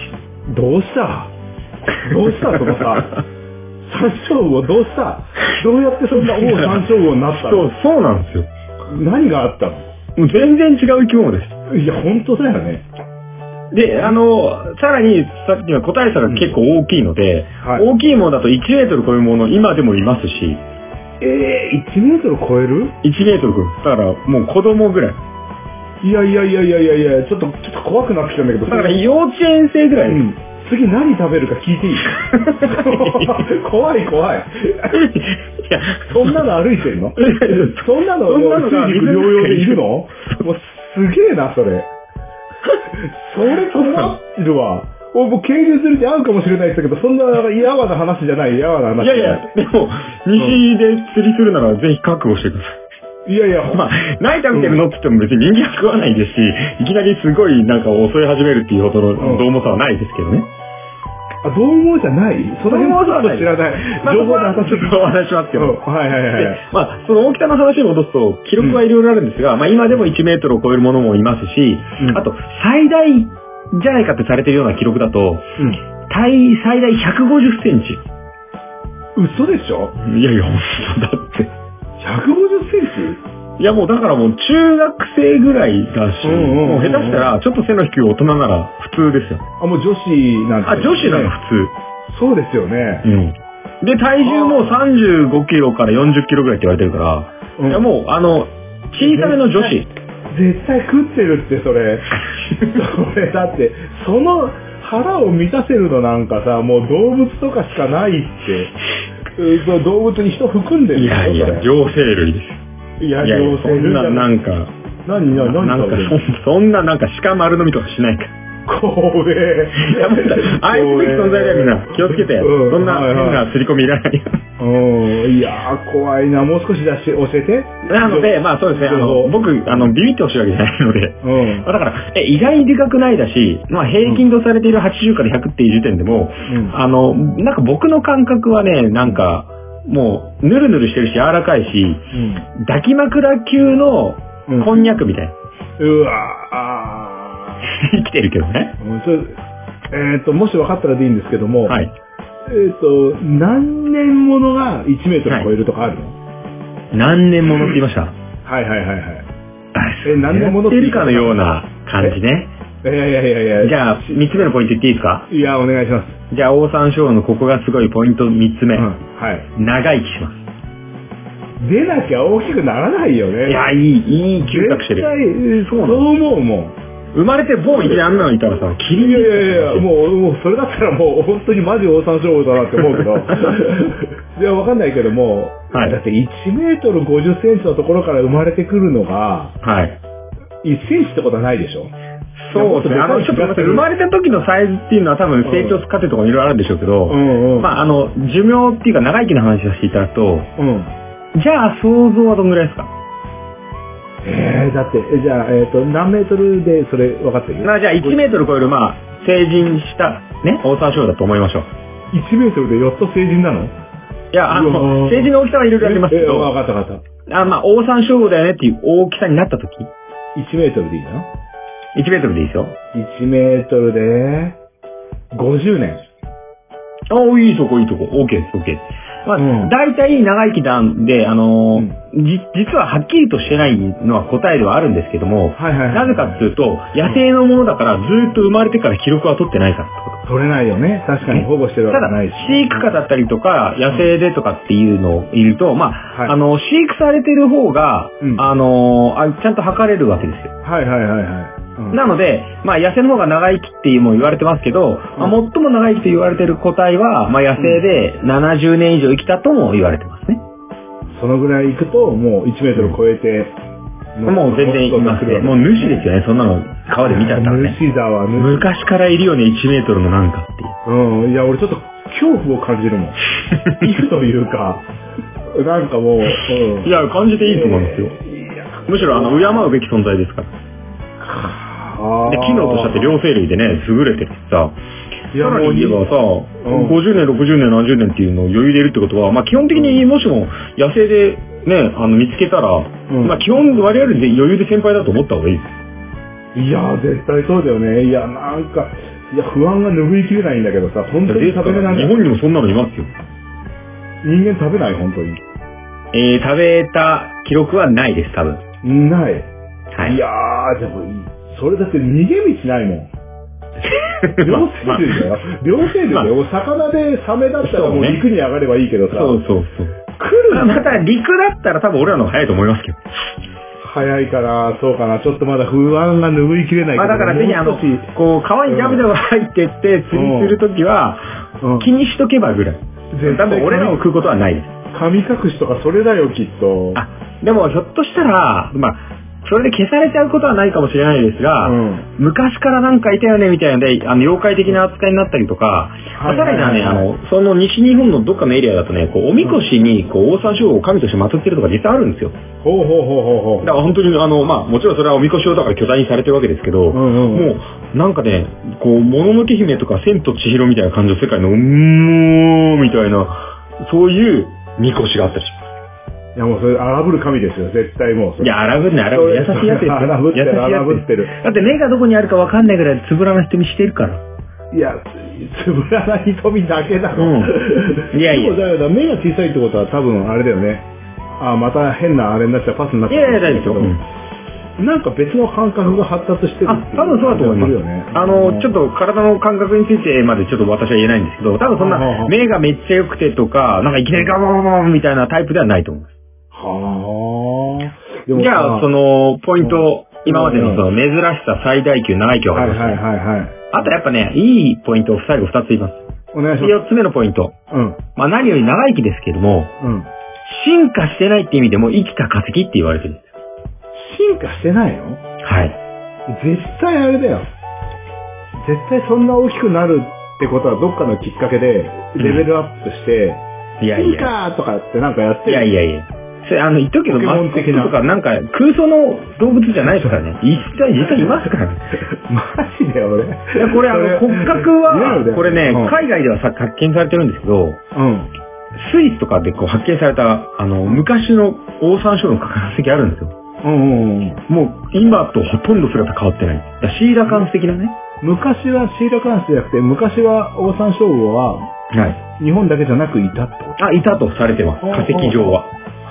Speaker 1: どうしたどうしたとか
Speaker 3: (laughs)
Speaker 1: さ、山椒魚どうしたどうやってそんな王山椒魚になった
Speaker 3: そう
Speaker 1: の、
Speaker 3: そうなんですよ。
Speaker 1: 何があったの
Speaker 3: もう全然違う生き物です。
Speaker 1: いや、本当だよね。
Speaker 3: で、あの、さらに、さっきの個体差が結構大きいので、
Speaker 1: はい
Speaker 3: 大きいものだと1メートル超えるもの今でもいますし、
Speaker 1: えー、1メートル超える
Speaker 3: 1メートル超える。だからもう子供ぐらい。
Speaker 1: いやいやいやいやいやいや、ちょっと、ちょっと怖くなってきたんだけど。
Speaker 3: だから幼稚園生ぐら
Speaker 1: う
Speaker 3: いです。
Speaker 1: ん。次何食べるか聞いていい (laughs) 怖い怖い。
Speaker 3: いや、
Speaker 1: そんなの歩いてんのそんなの、
Speaker 3: そんなのが
Speaker 1: 水陸両用でいるのもうすげえな、それ。それ困ってるわ。おもう渓流釣りで会うかもしれないですけど、そんな、やわな話じゃない、やわな話
Speaker 3: い
Speaker 1: じゃ
Speaker 3: や
Speaker 1: ない
Speaker 3: や、でも、西で釣りするならぜひ覚悟してください。
Speaker 1: いやいや、
Speaker 3: まあ、何食べてるのって言っても別に人間は食わないですし、いきなりすごいなんか襲い始めるっていうほど
Speaker 1: うん
Speaker 3: のどうもさはないですけどね。
Speaker 1: あ、どう思うじゃないその辺もちょっと知ら
Speaker 3: ま
Speaker 1: な
Speaker 3: あ
Speaker 1: い。情報
Speaker 3: そこ
Speaker 1: の
Speaker 3: は
Speaker 1: 話
Speaker 3: ちょっとお話しますけ
Speaker 1: うん
Speaker 3: ど。
Speaker 1: はいはいはいはい。
Speaker 3: でまあ、その大きさの話に戻すと、記録はいろいろあるんですが、まあ今でも1メートルを超えるものもいますし、
Speaker 1: うん
Speaker 3: あと、最大じゃないかってされてるような記録だと、
Speaker 1: うん
Speaker 3: 体最大150センチ。
Speaker 1: 嘘でしょ
Speaker 3: いやいや、本当だって。
Speaker 1: ?150 センチ
Speaker 3: いやもうだからもう中学生ぐらいだし、
Speaker 1: うんうんうんうん
Speaker 3: もう下手したらちょっと背の低い大人なら普通ですよ。
Speaker 1: あ、もう女子なんて、
Speaker 3: あ、女子なら普通。
Speaker 1: そうですよね。
Speaker 3: うん。で、体重も35キロから40キロぐらいって言われてるから、
Speaker 1: うん
Speaker 3: いやもう、あの、小さめの女子。
Speaker 1: 絶対食ってるって、そ
Speaker 3: (laughs)
Speaker 1: れ。それだって、その腹を満たせるのなんかさ、もう動物とかしかないって。うんそう動物に人含んでる
Speaker 3: い
Speaker 1: でしょ
Speaker 3: やいや、
Speaker 1: そ
Speaker 3: 両生類です。
Speaker 1: れいや、
Speaker 3: いやい
Speaker 1: 両
Speaker 3: や、そ
Speaker 1: 生
Speaker 3: ん
Speaker 1: 類じ
Speaker 3: な、
Speaker 1: ゃ
Speaker 3: な
Speaker 1: ない。
Speaker 3: んか、
Speaker 1: 何、何、何
Speaker 3: なん
Speaker 1: 食べ
Speaker 3: か
Speaker 1: てる、
Speaker 3: そそんな、なんか鹿丸飲みとかしないから。
Speaker 1: 怖え。
Speaker 3: やめた。ああいうべき存在だよ、みんな。気をつけて。
Speaker 1: うん
Speaker 3: そんな、
Speaker 1: はいはい
Speaker 3: 変な刷り込みいらないよ。
Speaker 1: うん、いやー、怖いな。もう少しだし、教えて。
Speaker 3: なので、まあそうですね、あ
Speaker 1: そ
Speaker 3: の、
Speaker 1: う
Speaker 3: 僕、あの、ビビってほしいわけじゃないので。
Speaker 1: うん
Speaker 3: ま。あだから、え、意外にでかくないだし、まあ平均とされている80から100っていう時点でも、
Speaker 1: うん
Speaker 3: あの、なんか僕の感覚はね、なんか、もう、ぬるぬるしてるし柔らかいし、
Speaker 1: うん。
Speaker 3: 抱き枕級の
Speaker 1: うん
Speaker 3: こんにゃくみたいな。 (laughs)
Speaker 1: うわー。
Speaker 3: 生きてるけどね。
Speaker 1: うんそれえっ、と、もし分かったらでいいんですけども、
Speaker 3: はい。
Speaker 1: えっ、と、何年ものが1メートル超えるとかあるの、
Speaker 3: 何年ものって言いました。
Speaker 1: はい、はいはいはい。
Speaker 3: え
Speaker 1: え
Speaker 3: (laughs)
Speaker 1: 何年もの
Speaker 3: っ
Speaker 1: ってて言
Speaker 3: る
Speaker 1: いました
Speaker 3: かのような感じね。
Speaker 1: いやいやいやいや
Speaker 3: じゃあ、3つ目のポイント言っていいですか
Speaker 1: いや、お願いします。
Speaker 3: じゃあ、オオサンショウウオのここがすごいポイント3つ目。
Speaker 1: うん。はい。
Speaker 3: 長生きします。
Speaker 1: 出なきゃ大きくならないよね。
Speaker 3: いや、いい、いい嗅覚し
Speaker 1: 絶
Speaker 3: てる。
Speaker 1: 対、えー
Speaker 3: そ
Speaker 1: そうう
Speaker 3: なの
Speaker 1: 思うもん。
Speaker 3: 生まれてボーンいきなりあんなのいたらさ、キ
Speaker 1: い
Speaker 3: リン
Speaker 1: やいやいや、もう、もうそれだったらもう本当にマジオオサンショウウオだなって思うけど。い
Speaker 3: (laughs)
Speaker 1: や、わかんないけども、
Speaker 3: はい
Speaker 1: だって1メートル50センチのところから生まれてくるのが、
Speaker 3: はい。
Speaker 1: 1センチってことはないでしょ
Speaker 3: そうですね。あの、ちょっと待って、生まれた時のサイズっていうのは多分成長過程とかいろいろあるんでしょうけど、
Speaker 1: ん
Speaker 3: まあ、あの、寿命っていうか長生きの話をしていただくと、
Speaker 1: うん。
Speaker 3: じゃあ想像はどんぐらいですか
Speaker 1: えー、だって、えじゃあ、えっ、と、何メートルでそれ分かってる
Speaker 3: まあ、じゃあ1メートル超える、まあ、成人した、ね、大沢翔だと思いましょう。
Speaker 1: 1メートルでやっと成人なの
Speaker 3: いや、あ
Speaker 1: う
Speaker 3: の、
Speaker 1: わー
Speaker 3: 成人の大きさはいろいろありますけ
Speaker 1: えーわ
Speaker 3: ど、
Speaker 1: かったわかった。
Speaker 3: あまあ、大沢翔だよねっていう大きさになった時、
Speaker 1: 1メートルでいいな。
Speaker 3: 1メートルでいいですよ。
Speaker 1: 1メートルで、50年。
Speaker 3: ああ、いいとこ、いいとこ。OK です、OK です。まあ、
Speaker 1: うん
Speaker 3: 大体長生きなんで、あのーじ、実ははっきりとしてないのは答えではあるんですけども、
Speaker 1: はいはいはい。
Speaker 3: なぜかっていうと、野生のものだからずーっと生まれてから記録は取ってないからってこ
Speaker 1: 取れないよね。確かに保護してる
Speaker 3: と。
Speaker 1: わ
Speaker 3: た
Speaker 1: け
Speaker 3: だ
Speaker 1: ないし。、
Speaker 3: 飼育下だったりとか、野生でとかっていうのをいると、まあ、
Speaker 1: はい
Speaker 3: あの、飼育されてる方が、
Speaker 1: うん
Speaker 3: あのーあ、ちゃんと測れるわけですよ。
Speaker 1: はいはいはいはい。うん
Speaker 3: なので、まあ野生の方が長生きっても言われてますけど、まあ最も長生きと言われてる個体は、まあ野生で70年以上生きたとも言われてますね。
Speaker 1: そのぐらい行くと、もう1メートル超えて、
Speaker 3: もう全然いますね。もう主ですよね、そんなの川で見たら多分ね。
Speaker 1: 虫だわ、虫。
Speaker 3: 昔からいるよね、1メートルのなんかっていう。
Speaker 1: うん、いや、俺ちょっと恐怖を感じる
Speaker 3: (laughs)
Speaker 1: もん。いるというか、なんかもう、うん。
Speaker 3: いや、感じていいと思うんですよ。むしろ、あの、敬うべき存在ですから。
Speaker 1: あー
Speaker 3: で、機能としたって両生類でね、優れてるしさ。
Speaker 1: い
Speaker 3: さ
Speaker 1: や、
Speaker 3: ら
Speaker 1: もう
Speaker 3: に言えばさ、
Speaker 1: ん
Speaker 3: 50年、60年、70年っていうのを余裕でいるってことは、まあ基本的にもしも野生でね、あの見つけたら、
Speaker 1: ん
Speaker 3: まあ基本我々で余裕で先輩だと思った方がいいです。
Speaker 1: いや、絶対そうだよね。いや、なんか、いや、不安が拭いきれないんだけどさ、本当に
Speaker 3: です
Speaker 1: 食
Speaker 3: か
Speaker 1: べれな
Speaker 3: ら
Speaker 1: い。
Speaker 3: 日本にもそんなのいますよ。
Speaker 1: 人間食べない、本当に。
Speaker 3: えー、食べた記録はないです、多分。
Speaker 1: ない。、
Speaker 3: はいい。
Speaker 1: やー、でもいい。それだって逃げ道ないもん。
Speaker 3: ま
Speaker 1: 両
Speaker 3: あ
Speaker 1: 生類だよ。両生類だよ。魚でサメだったらもう陸に上がればいいけどさ。
Speaker 3: そうそうそう。
Speaker 1: 来る
Speaker 3: まあまた陸だったら多分俺らの方が早いと思いますけど。
Speaker 1: 早いかな、そうかな、ちょっとまだ不安が拭いきれない
Speaker 3: まあだからぜひあの
Speaker 1: もう少し、
Speaker 3: こう、川に涙が入ってって釣りするときは
Speaker 1: うん、
Speaker 3: 気にしとけばぐらい。
Speaker 1: 絶対
Speaker 3: 多分俺らを食うことはないです。
Speaker 1: 神隠しとかそれだよ、きっと。
Speaker 3: あ、でもひょっとしたら、まあ、それで消されちゃうことはないかもしれないですが、
Speaker 1: うん
Speaker 3: 昔からなんかいたよねみたいなので、あの、妖怪的な扱いになったりとか、
Speaker 1: はい
Speaker 3: さらにはね、あの、その西日本のどっかのエリアだとね、こう、おみこしに、こう、大山将を神として祀ってるとか実はあるんですよ。
Speaker 1: ほうほうほうほうほう
Speaker 3: だ。から本当に、あの、まあ、もちろんそれはおみこしをだから巨大にされてるわけですけど、
Speaker 1: うんうん
Speaker 3: もう、なんかね、こう、もののけ姫とか、千と千尋みたいな感じの世界の、うーん、みたいな、そういう、みこしがあったりしま
Speaker 1: いやもうそれ荒ぶる神ですよ、絶対もう。そ
Speaker 3: す。
Speaker 1: れ
Speaker 3: いや、荒ぶんない、荒ぶんない。優しいやつですよ。
Speaker 1: 荒ぶってる
Speaker 3: 優しいやつです
Speaker 1: 荒ぶってる
Speaker 3: だって目がどこにあるかわかんないぐらいつぶらな瞳してるから。
Speaker 1: いや、つぶらな瞳だけだろ。
Speaker 3: うんいやいや
Speaker 1: そうだよだ、目が小さいってことは多分あれだよね。あ、また変なあれになっちゃう、パスになっ
Speaker 3: い
Speaker 1: ちゃう。
Speaker 3: やいや、大丈夫ですよ。
Speaker 1: なんか別の感覚が発達してる
Speaker 3: あ、多分そうだと思います。
Speaker 1: よね。
Speaker 3: あの、ちょっと体の感覚についてまでちょっと私は言えないんですけど、多分そん
Speaker 1: うんうんう
Speaker 3: な、
Speaker 1: ん
Speaker 3: 目がめっちゃ良くてとか、なんかいきなりガバガバガバみたいなタイプではないと思う。
Speaker 1: はあ。で
Speaker 3: じゃあ、そ、の、ポイント、
Speaker 1: うん
Speaker 3: 今までのその、珍しさ、最大級、長い級を
Speaker 1: は
Speaker 3: 上
Speaker 1: い
Speaker 3: げました
Speaker 1: はいはいはい。
Speaker 3: あとやっぱね、いいポイントを最後2つ言います。
Speaker 1: お願いしま
Speaker 3: 4つ目のポイント。
Speaker 1: す。うん。
Speaker 3: まあ何より長生きですけども、
Speaker 1: うん。
Speaker 3: 進化してないって意味でも生きた化石って言われてるんですよ。
Speaker 1: 進化してないの
Speaker 3: はい。
Speaker 1: 絶対あれだよ。絶対そんな大きくなるってことはどっかのきっかけでレベルアップして、
Speaker 3: いやい
Speaker 1: 進
Speaker 3: や。
Speaker 1: 化とかってなんかやってる
Speaker 3: いやいやいや。それあの、言っとくけど、
Speaker 1: ポケ
Speaker 3: マ
Speaker 1: モン
Speaker 3: スコ
Speaker 1: 的
Speaker 3: ッ
Speaker 1: な
Speaker 3: トとかなんか空想の動物じゃないですからね。実際、実際いますからね。
Speaker 1: マジで俺。
Speaker 3: いやこれあの、
Speaker 1: それ
Speaker 3: 骨格
Speaker 1: リアルだ
Speaker 3: は、
Speaker 1: よ
Speaker 3: これね、
Speaker 1: うん
Speaker 3: 海外ではさ発見されてるんですけ
Speaker 1: う
Speaker 3: ど、
Speaker 1: ん。
Speaker 3: スイスとかでこう発見された、あの、昔のオオサンショウウオの化石あるんですよ。
Speaker 1: うんうんうん。
Speaker 3: もう、今とほとんど姿変わってない。だからシーラカンス的なね。
Speaker 1: 昔はシーラカンスじゃなくて、昔はオオサンショウウオは
Speaker 3: はい。
Speaker 1: 日本だけじゃなくいたってこと
Speaker 3: あ、いたとされてます。
Speaker 1: うん
Speaker 3: 化石上は。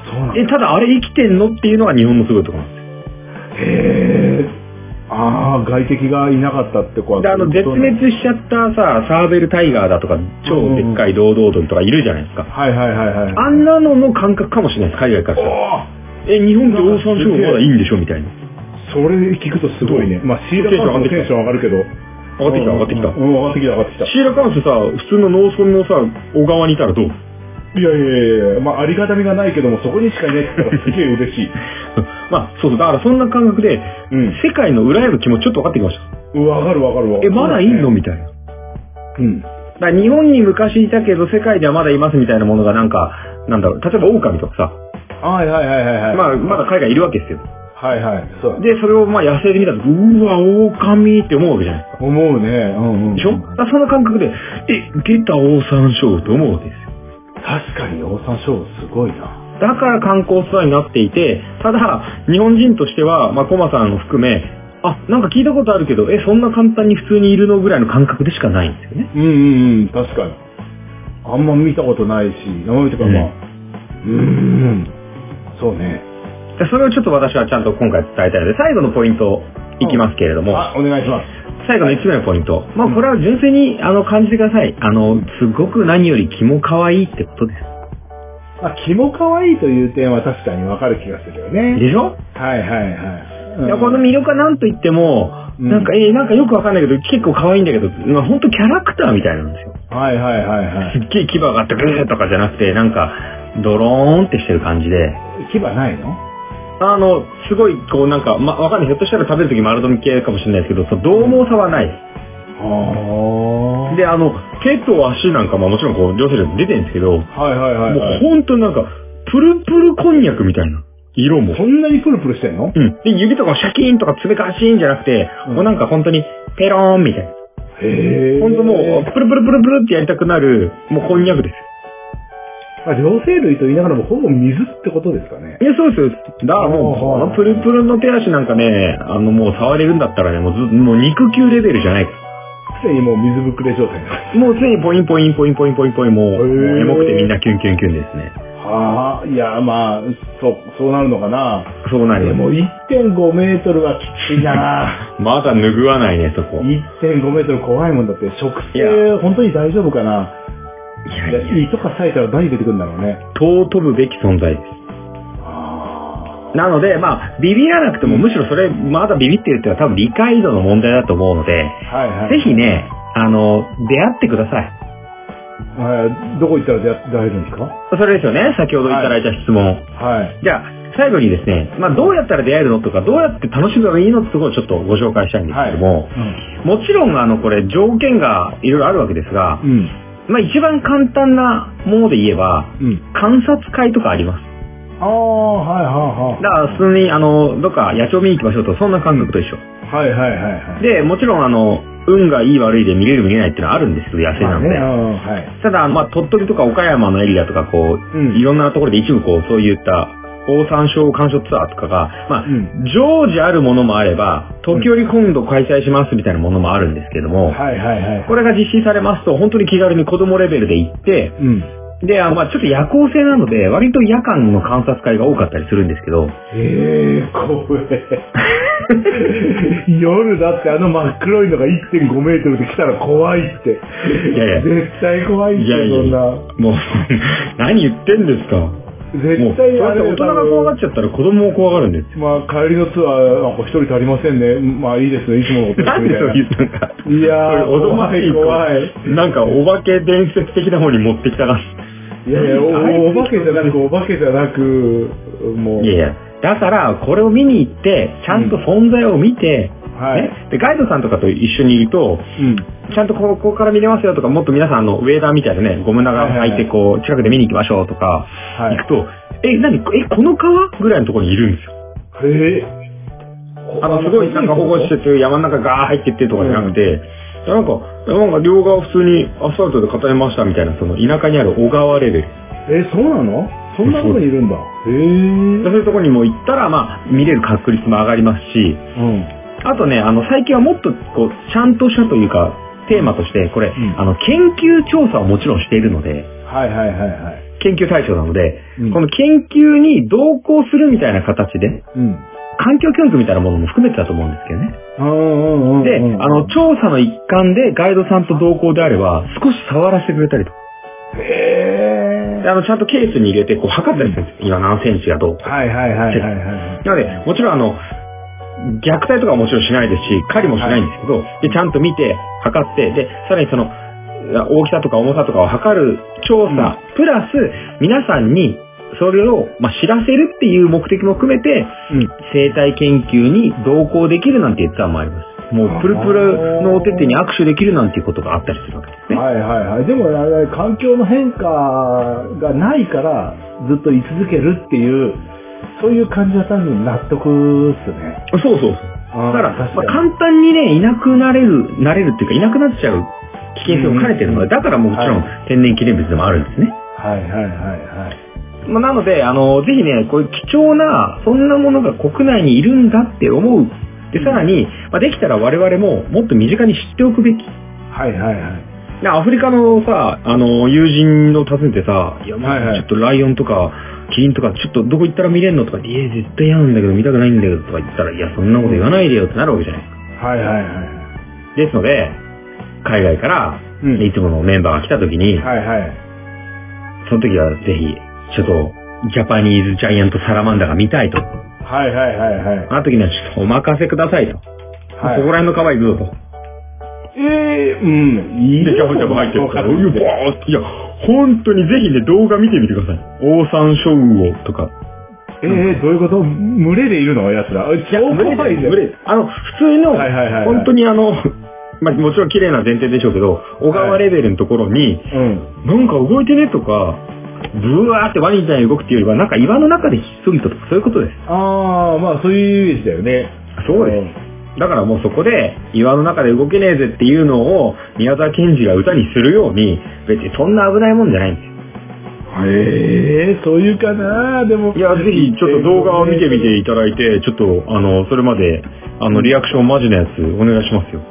Speaker 1: そうなんだ
Speaker 3: え、ただあれ生きてんのっていうのが日本のすごいところなんです
Speaker 1: へーああ、外敵がいなかったってこと
Speaker 3: よ。で、あの、絶滅しちゃったさ、サーベルタイガーだとか、超でっかい堂々鳥とかいるじゃないですか。
Speaker 1: はいはいはいはい。
Speaker 3: あんなのの感覚かもしれないです、海外からしたら。え、日本でオオサンショウウオまだいいんでしょみたいな。
Speaker 1: それ聞くとすごいね。まあ、シーラカンスのテンション上がるけど。
Speaker 3: 上がってきた、上がってきた。
Speaker 1: うん、上がってきた、上がってきた。
Speaker 3: シーラカンスさ、普通の農村のさ、小川にいたらどう
Speaker 1: いやいやいやまあ、ありがたみがないけども、そこにしかいないって言ったらすげえ嬉しい。
Speaker 3: まあ、そうそう、だからそんな感覚で、
Speaker 1: うん
Speaker 3: 世界の裏への気持ちちょっと分かってきました。
Speaker 1: うん。わかるわかるわか
Speaker 3: え、
Speaker 1: る。
Speaker 3: まだいんのみたいな。だ
Speaker 1: うん。
Speaker 3: から日本に昔いたけど、世界ではまだいますみたいなものがなんか、なんだろう、例えば狼とかさ、
Speaker 1: はいはいはいはいはい。
Speaker 3: まあ、まだ海外いるわけですよ。
Speaker 1: はいはい。そう。
Speaker 3: で、それをまあ野生で見たとき、うわ、狼って思うわけじゃないですか。
Speaker 1: 思うね。うんうん。
Speaker 3: でしょだからその感覚で、え、出たオオサンショウウオと思うわけですよ。
Speaker 1: 確かに、オオサンショウウオすごいな。
Speaker 3: だから観光ツアーになっていて、ただ、日本人としては、まあ、コマさんを含め、あ、なんか聞いたことあるけど、え、そんな簡単に普通にいるのぐらいの感覚でしかないんですよね。
Speaker 1: うんうんうん、確かに。あんま見たことないし、生身とかまあ、うーん、そうね。
Speaker 3: でそれをちょっと私はちゃんと今回伝えたいので、最後のポイントいきますけれども、
Speaker 1: あ、お願いします。
Speaker 3: 最後の5つ目のポイント。まあ、これは純粋に、あの、感じてください。あの、すごく何より気も可愛いってことです。
Speaker 1: まあ、気も可愛いという点は確かにわかる気がするよね。
Speaker 3: でしょ、
Speaker 1: はいはいはい。うん
Speaker 3: いやこの魅力は何と言っても、
Speaker 1: うん
Speaker 3: なんか、えーなんかよくわかんないけど、結構可愛いんだけど、まあ、ほんとキャラクターみたいなんですよ。
Speaker 1: はいはいはいは
Speaker 3: す
Speaker 1: い。
Speaker 3: っげえ牙があってグーとかじゃなくて、なんか、ドローンってしてる感じで、
Speaker 1: 牙ないの
Speaker 3: あの、すごい、こうなんか、ま、わかんない。ひょっとしたら食べるとき丸飲み系かもしれないですけど、その獰猛さはない。
Speaker 1: は
Speaker 3: で、あの、手と足なんか、まあもちろんこう、女性で出てるんですけど、も
Speaker 1: あ。はいはいはい、は
Speaker 3: う
Speaker 1: い。
Speaker 3: ほんとなんか、プルプルこんにゃくみたいな。色も。
Speaker 1: そんなにプルプルしてんのへ
Speaker 3: うん。で、指とかもシャキーンとか爪ガシーンじゃなくて、
Speaker 1: うん
Speaker 3: もうなんか本当に、ペローンみたいな。
Speaker 1: え。
Speaker 3: ほんともう、プルプルプルプルってやりたくなる、もうこんにゃくです。
Speaker 1: まあ、両生類と言いながらもほぼ水ってことですかね。
Speaker 3: いや、そうですよ。だからもう、このプルプルの手足なんかね、あの、もう触れるんだったらね、もうず、もう肉球レベルじゃない。
Speaker 1: すでにもう水ぶくれ状態になる
Speaker 3: もう常にポインポインポインポインポインポイン、もう、も
Speaker 1: へー
Speaker 3: うエモくてみんなキュンキュンキュンですね。
Speaker 1: はあ、いや、まあ、そう、そうなるのかな。
Speaker 3: そうな
Speaker 1: で
Speaker 3: りま
Speaker 1: も1.5メートルはきついな
Speaker 3: (laughs) す。まだ拭わないね、そこ。
Speaker 1: 1.5メートル怖いもんだって、食
Speaker 3: いや
Speaker 1: 性本当に大丈夫かないい
Speaker 3: やいや、
Speaker 1: や胃とか裂いたら何出てくるんだろうね。
Speaker 3: 尊ぶべき存在です。
Speaker 1: あ
Speaker 3: なので、まあ、ビビらなくても、むしろそれ、まだビビってるっていうのは多分理解度の問題だと思うので、
Speaker 1: はいはい。
Speaker 3: ぜひね、あの、出会ってください。
Speaker 1: はいどこ行ったら出会出会えるんですか
Speaker 3: それですよね、先ほどいただいた質問。
Speaker 1: はい。
Speaker 3: じゃあ、最後にですね、まあ、どうやったら出会えるのとか、どうやって楽しめばいいのってところをちょっとご紹介したいんですけども、
Speaker 1: うん。
Speaker 3: もちろん、あの、これ、条件がいろいろあるわけですが、
Speaker 1: うん。
Speaker 3: まあ、一番簡単なもので言えば、
Speaker 1: うん。
Speaker 3: 観察会とかあります。
Speaker 1: ああ、はいはいはい。
Speaker 3: だから、普通に、あの、どっか野鳥見に行きましょうと、そんな感覚と一緒。
Speaker 1: はいはいはいはい。
Speaker 3: で、もちろん、あの、運がいい悪いで見れる見れないっていうのはあるんですけど、野生なので。
Speaker 1: まあねうんはい。
Speaker 3: ただ、まあ、鳥取とか岡山のエリアとか、こう、
Speaker 1: うん
Speaker 3: いろんなところで一部こう、そういった、オオサンショウ観賞ツアーとかが、まあ、
Speaker 1: うん
Speaker 3: 常時あるものもあれば、時折今度開催しますみたいなものもあるんですけども、
Speaker 1: はいはいはい。
Speaker 3: これが実施されますと、本当に気軽に子供レベルで行って、
Speaker 1: うん。
Speaker 3: で、あまあ、ちょっと夜行性なので、割と夜間の観察会が多かったりするんですけど、
Speaker 1: ええー、怖え。夜だってあの真っ黒いのが1.5メートルで来たら怖いって。
Speaker 3: いやいや
Speaker 1: 絶対怖いって、
Speaker 3: いやいや
Speaker 1: そんな。
Speaker 3: もう、 (laughs) 何言ってんですかもう、
Speaker 1: 絶対
Speaker 3: そうやって大人が怖がっちゃったら子供も怖がるんですよ。
Speaker 1: まあ、帰りのツアー、なんか一人足りませんね。まあ、いいですね。いつものこと
Speaker 3: なん
Speaker 1: み
Speaker 3: で
Speaker 1: たい
Speaker 3: そう
Speaker 1: な。
Speaker 3: いう、なんか、
Speaker 1: いやー、
Speaker 3: おぞましい
Speaker 1: 怖い。
Speaker 3: (laughs) なんか、お化け伝説的な方に持ってきたな。
Speaker 1: いやいや、おお化けじゃなく、お化けじゃなく、もう。
Speaker 3: いやいや。だから、これを見に行って、ちゃんと存在を見て、
Speaker 1: はい。
Speaker 3: ね、でガイドさんとかと一緒にいると、
Speaker 1: うん。
Speaker 3: ちゃんとここから見れますよとか、もっと皆さん、あの、ウェーダーみたいなね、ゴム長を履いて、こう、近くで見に行きましょうとか、
Speaker 1: はい
Speaker 3: 行く。と、え、何え、この川ぐらいのところにいるんですよ。
Speaker 1: ええ
Speaker 3: あの、すごいなんか保護施設、山の中ガー入ってってとかじゃなくて、なんか、なんか両側普通にアスファルトで固めましたみたいな、その田舎にある小川レベル。
Speaker 1: え、そうなのそんなとこにいるんだ。へ
Speaker 3: そう
Speaker 1: え。
Speaker 3: いうところにも行ったら、まあ、見れる確率も上がりますし、
Speaker 1: うん。
Speaker 3: あとね、あの、最近はもっと、こう、ちゃんとしたというか、テーマとして、これ、
Speaker 1: ん
Speaker 3: あの、研究調査をもちろんしているので、
Speaker 1: はいはいはいはい。
Speaker 3: 研究対象なので、
Speaker 1: うん
Speaker 3: この研究に同行するみたいな形で、
Speaker 1: うん。
Speaker 3: 環境教育みたいなものも含めてだと思うんですけどね。
Speaker 1: うんうんうんうん。
Speaker 3: で、あの、、調査の一環でガイドさんと同行であれば、少し触らせてくれたりとか。
Speaker 1: へ
Speaker 3: で
Speaker 1: え。
Speaker 3: あの、ちゃんとケースに入れて、こう、測ったりするんですよ。今何センチがどうとか。
Speaker 1: はいはいはいはいはい。
Speaker 3: なので、もちろんあの、虐待とかはもちろんしないですし、狩りもしないんですけど、で、ちゃんと見て、測って、で、さらにその、大きさとか重さとかを測る調査、プラス、皆さんに、それを、まあ、知らせるっていう目的も含めて、
Speaker 1: うん。
Speaker 3: 生態研究に同行できるなんて言ったもあります。もう、プルプルのお手手に握手できるなんていうことがあったりするわけですね。
Speaker 1: はいはいはい。でも、あれ環境の変化がないから、ずっと居続けるっていう、そういう感じは単純に納得っすね。
Speaker 3: そうそうそう。だ
Speaker 1: あー
Speaker 3: から、
Speaker 1: 確
Speaker 3: ま
Speaker 1: か
Speaker 3: あ
Speaker 1: に
Speaker 3: 簡単にね、いなくなれる、なれるっていうか、いなくなっちゃう危険性を兼ねてるので、だからもちろん天然記念物でもあるんですね。
Speaker 1: はいはいはいはい。
Speaker 3: まあ、なので、あの、ぜひね、こういう貴重な、そんなものが国内にいるんだって思う。で、さらに、まあ、できたら我々ももっと身近に知っておくべき。
Speaker 1: はいはいはい。
Speaker 3: でアフリカのさ、あの、友人を訪ねてさ、いや、まあ
Speaker 1: はいはい
Speaker 3: ちょっとライオンとか、キリンとか、ちょっとどこ行ったら見れんのとか、いや、絶対嫌なんだけど、見たくないんだけど、とか言ったら、いや、そんなこと言わないでよってなるわけじゃないですか
Speaker 1: はいはいはい。
Speaker 3: ですので、海外から、
Speaker 1: うん
Speaker 3: いつものメンバーが来た時に、
Speaker 1: はいはい。
Speaker 3: その時はぜひ、ちょっと、ジャパニーズジャイアントサラマンダが見たいと。
Speaker 1: はいはいはいはい。
Speaker 3: あの時にはちょっとお任せくださいと。
Speaker 1: はい
Speaker 3: ここら辺の川行くぞと。
Speaker 1: ええうん。いい
Speaker 3: で、ジャブジャブ入ってるから。いやバーっていや、本当にぜひね、動画見てみてください。オオサンショウウオとか。
Speaker 1: ええどういうこと群れでいるの奴ら。あ超怖いじゃん。
Speaker 3: 群れですあの、普通の、
Speaker 1: はいはいはいはい
Speaker 3: 本当にあの、 (laughs) まあ、もちろん綺麗な前提でしょうけど、小川レベルのところに、
Speaker 1: うん。
Speaker 3: なんか動いてねとか、ブワーってワニみたいに動くっていうよりは、なんか岩の中でひっそりととか、そういうことです。
Speaker 1: ああ、まあそういうイメージだよね。。
Speaker 3: そうですだからもうそこで、岩の中で動けねえぜっていうのを、宮沢賢治が歌にするように、別にそんな危ないもんじゃないんです
Speaker 1: ええそういうかなでも。
Speaker 3: いや、ぜひ、ちょっと動画を見てみていただいて、ちょっと、あの、それまで、あの、リアクションマジなやつ、お願いしますよ。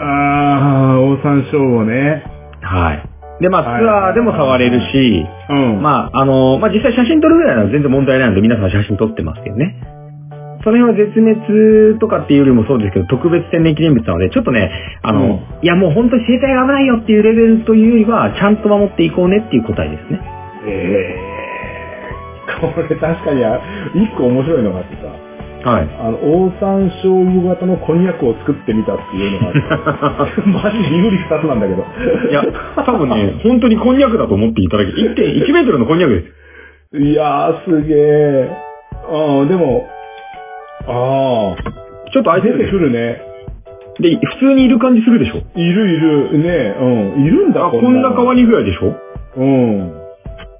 Speaker 1: ああ、オオサンショウウオね。
Speaker 3: はい。で、まあ、
Speaker 1: はい
Speaker 3: ツアーでも触れるし、
Speaker 1: うん。
Speaker 3: まあ、あの、まあ、実際写真撮るぐらいなら全然問題ないので、皆さん写真撮ってますけどね。その辺は絶滅とかっていうよりもそうですけど、特別天然記念物なので、ちょっとね、あの、
Speaker 1: うん
Speaker 3: いやもう本当に生態が危ないよっていうレベルというよりは、ちゃんと守っていこうねっていう答えですね。
Speaker 1: ええこれ確かにあ、一個面白いのがあってさ、
Speaker 3: はい。
Speaker 1: あの、オオサンショウウオ型のこんにゃくを作ってみたっていうのがあって、 (laughs) マジで有利二つなんだけど。
Speaker 3: いや、多分 (laughs) ね、本当にこんにゃくだと思っていただき、1.1メートルのこんにゃくです。
Speaker 1: いやー、すげえ。ああ、でも、あ
Speaker 3: ちょっと
Speaker 1: あ、
Speaker 3: 開いて
Speaker 1: 出てく
Speaker 3: る
Speaker 1: るね。
Speaker 3: (laughs) でしょ。で、普通にいる感じするでしょ。
Speaker 1: いるいる、ねうん。いるんだ、
Speaker 3: あ、こんな可
Speaker 1: に。
Speaker 3: 愛いぐらいでしょ。
Speaker 1: うん。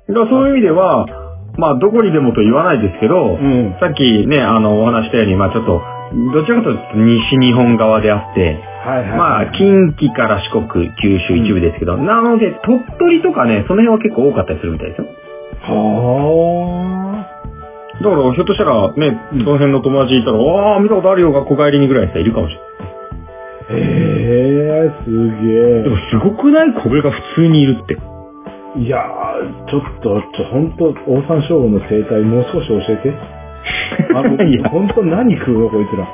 Speaker 3: だからそういう意味では、まあ、どこにでもと言わないですけど、
Speaker 1: うん。
Speaker 3: さっきね、あの、お話したように、まあちょっと、どちらかというと西日本側であって、
Speaker 1: はいはい。
Speaker 3: まあ、近畿から四国、九州一部ですけど、なので、鳥取とかね、その辺は結構多かったりするみたいですよ。
Speaker 1: は
Speaker 3: だから、ひょっとしたら、ね、
Speaker 1: うん
Speaker 3: その辺の友達いたら、ああ、見たことあるよ、学校帰りにぐらいの人いるかもしれない。
Speaker 1: あ。へえ、す
Speaker 3: でも、すごくないこれが普通にいる (laughs) って。
Speaker 1: げえ。いやー、ちょっと、ちょ、ほんと、オオサンショウウオの生態もう少し教え
Speaker 3: (laughs)
Speaker 1: て。あ
Speaker 3: いや
Speaker 1: の、ほんと何食うの、こいつら。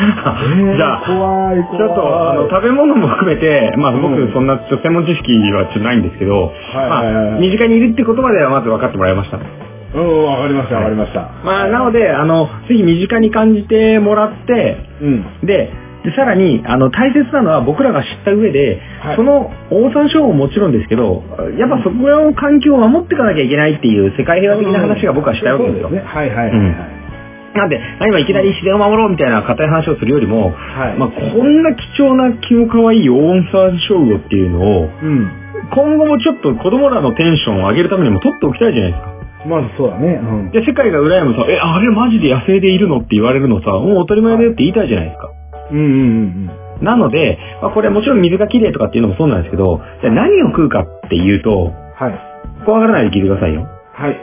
Speaker 1: えー
Speaker 3: じゃあ、
Speaker 1: 怖い、
Speaker 3: ち
Speaker 1: 怖い。
Speaker 3: ょっと、あの、食べ物も含めて、まあ、
Speaker 1: う
Speaker 3: 僕、
Speaker 1: ん
Speaker 3: そんな、ちょっと専門知識はちょっとないんですけど、
Speaker 1: はいはいはい
Speaker 3: まあ、身近にいるってことまではまず分かってもらいました。
Speaker 1: うん、わかりました、わかりました。
Speaker 3: まあ、なので、あの、ぜひ身近に感じてもらって、
Speaker 1: うん。
Speaker 3: で、でさらに、あの、大切なのは僕らが知った上で、
Speaker 1: はい
Speaker 3: その、オオサンショウウオももちろんですけど、やっぱそこの環境を守っていかなきゃいけないっていう世界平和的な話が僕はしたいわけです
Speaker 1: そ
Speaker 3: よ。
Speaker 1: うね。はいはいはいはい。
Speaker 3: なんで、あ今いきなり自然を守ろうみたいな硬い話をするよりも、
Speaker 1: はい。
Speaker 3: まあ、こんな貴重な気も可愛いオオサンショウウオっていうのを、
Speaker 1: うん。
Speaker 3: 今後もちょっと子供らのテンションを上げるためにも取っておきたいじゃないですか。
Speaker 1: まずそうだね。うん。
Speaker 3: で、世界が羨むさ、え、あれマジで野生でいるのって言われるのさ、もう当たり前だよって言いたいじゃないですか。
Speaker 1: うんうんうん
Speaker 3: なので、まあ、これもちろん水がきれいとかっていうのもそうなんですけど、じゃあ何を食うかっていうと、
Speaker 1: うん。はい。
Speaker 3: 怖がらないで聞いてくださいよ。
Speaker 1: はい。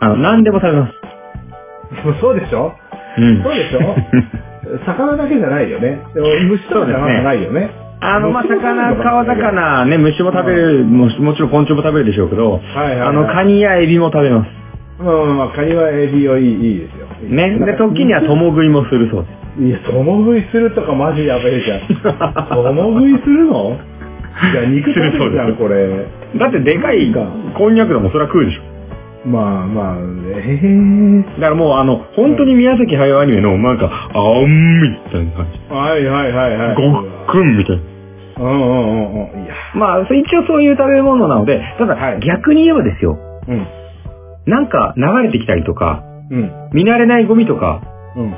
Speaker 3: あの、何でも食べます。
Speaker 1: (laughs) そうでしょ
Speaker 3: うん。
Speaker 1: そうでしょ
Speaker 3: (laughs)
Speaker 1: 魚だけじゃないよね。でも虫とかじゃないよね。
Speaker 3: あの、まあ、
Speaker 1: 虫も食べるの
Speaker 3: 魚、
Speaker 1: か
Speaker 3: 川
Speaker 1: もしれない
Speaker 3: 魚、ね、虫も食べる、もしもちろん昆虫も食べるでしょうけど、
Speaker 1: はいはいはい。
Speaker 3: あの、カニやエビも食べます。
Speaker 1: まあまあまあ、カニはエビをいい、いいですよ。
Speaker 3: ね。で、時には共食いもするそうです。
Speaker 1: いや、共食いするとかマジやべえじ
Speaker 3: (laughs)
Speaker 1: ゃん。共食いするのいや、肉食べるじゃん、これ。
Speaker 3: だってでかい
Speaker 1: そうか
Speaker 3: こんにゃくだもん、それは食うでしょ。
Speaker 1: まあまあ、ええ
Speaker 3: だからもう、あの、本当に宮崎駿アニメの、なんか、あんみたいな感じ。
Speaker 1: はいはいはいはい。
Speaker 3: ごっくんみたいな。
Speaker 1: うんうんうんうん。いや。
Speaker 3: まあ、そう一応そういう食べ物なので、ただ、
Speaker 1: はい
Speaker 3: 逆に言えばですよ、
Speaker 1: うん。
Speaker 3: なんか流れてきたりとか、
Speaker 1: うん。
Speaker 3: 見慣れないゴミとか、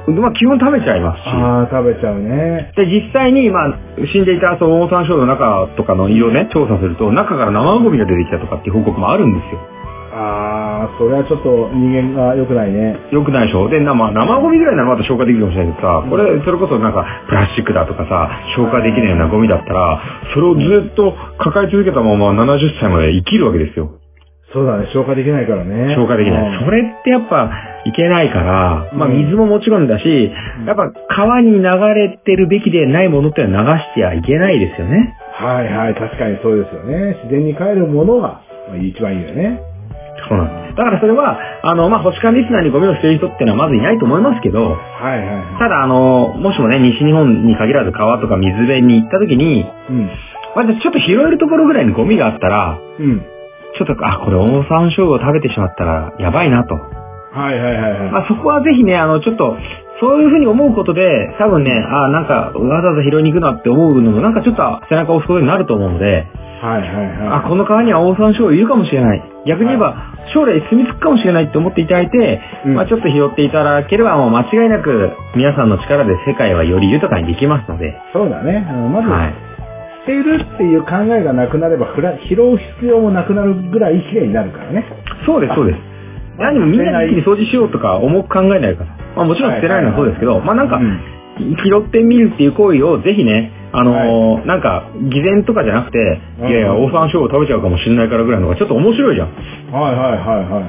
Speaker 1: うん。
Speaker 3: まあ基本食べちゃいますし、
Speaker 1: ああ、食べちゃうね。
Speaker 3: で、実際に、まあ、死んでいた、その、オオサンショウウオの中とかの胃をね、調査すると、中から生ゴミが出てきたとかっていう報告もあるんですよ。
Speaker 1: ああ、それはちょっと人間が良くないね。
Speaker 3: よくないでしょで、なまあ、生ゴミぐらいならまだ消化できるかもしれないけどさ、これ、それこそなんか、プラスチックだとかさ、消化できないようなゴミだったら、それをずっと抱え続けたまま70歳まで生きるわけですよ。
Speaker 1: そうだね、消化できないからね。
Speaker 3: 消化できな
Speaker 1: う
Speaker 3: い。
Speaker 1: ん
Speaker 3: それってやっぱ、いけないから、まあ
Speaker 1: うん
Speaker 3: 水ももちろんだし、やっぱ川に流れてるべきでないものっていうのは流してはいけないですよね。
Speaker 1: はいはい、確かにそうですよね。自然に帰るものがまあ一番いいよね。
Speaker 3: そうなんです。だからそれは、あの、まあ、保守管リスナーにゴミを捨てる人っていうのはまずいないと思いますけど、
Speaker 1: はいはいはい。
Speaker 3: ただあの、もしもね、西日本に限らず川とか水辺に行った時に、
Speaker 1: うん。
Speaker 3: まあ、じゃあちょっと拾えるところぐらいにゴミがあったら、
Speaker 1: うん。
Speaker 3: ちょっと、あ、これ、オオサンショウウオ食べてしまったら、やばいなと。
Speaker 1: はいはいはいはい。
Speaker 3: まあ、そこはぜひね、あの、ちょっと、そういうふうに思うことで、多分ね、あなんか、わざわざ拾いに行くなって思うのも、なんかちょっと背中を押すことになると思うので、
Speaker 1: はいはい
Speaker 3: あ、
Speaker 1: は
Speaker 3: この川にはオオサンショウウオいるかもしれない。逆に言えば、将来住み着くかもしれないって思っていただいて、
Speaker 1: うん
Speaker 3: まあ、ちょっと拾っていただければ、もう間違いなく、皆さんの力で世界はより豊かにできますので、
Speaker 1: い。そうだね。あのまず、
Speaker 3: はい。
Speaker 1: 捨てるっていう考えがなくなれば、ふら拾う必要もなくなるぐらい綺麗になるからね。
Speaker 3: そうです、そうです。何もみんなで一気に掃除しようとか重く考えないから。まあもちろん捨てないのはそうですけど、まあなんか
Speaker 1: う、ん
Speaker 3: 拾ってみるっていう行為をぜひね、あのーなんか、偽善とかじゃなくて、
Speaker 1: うん
Speaker 3: いやいや、オオサンショウウオ食べちゃうかもしれないからぐらいのがちょっと面白いじゃん。で
Speaker 1: はいはいはいはいは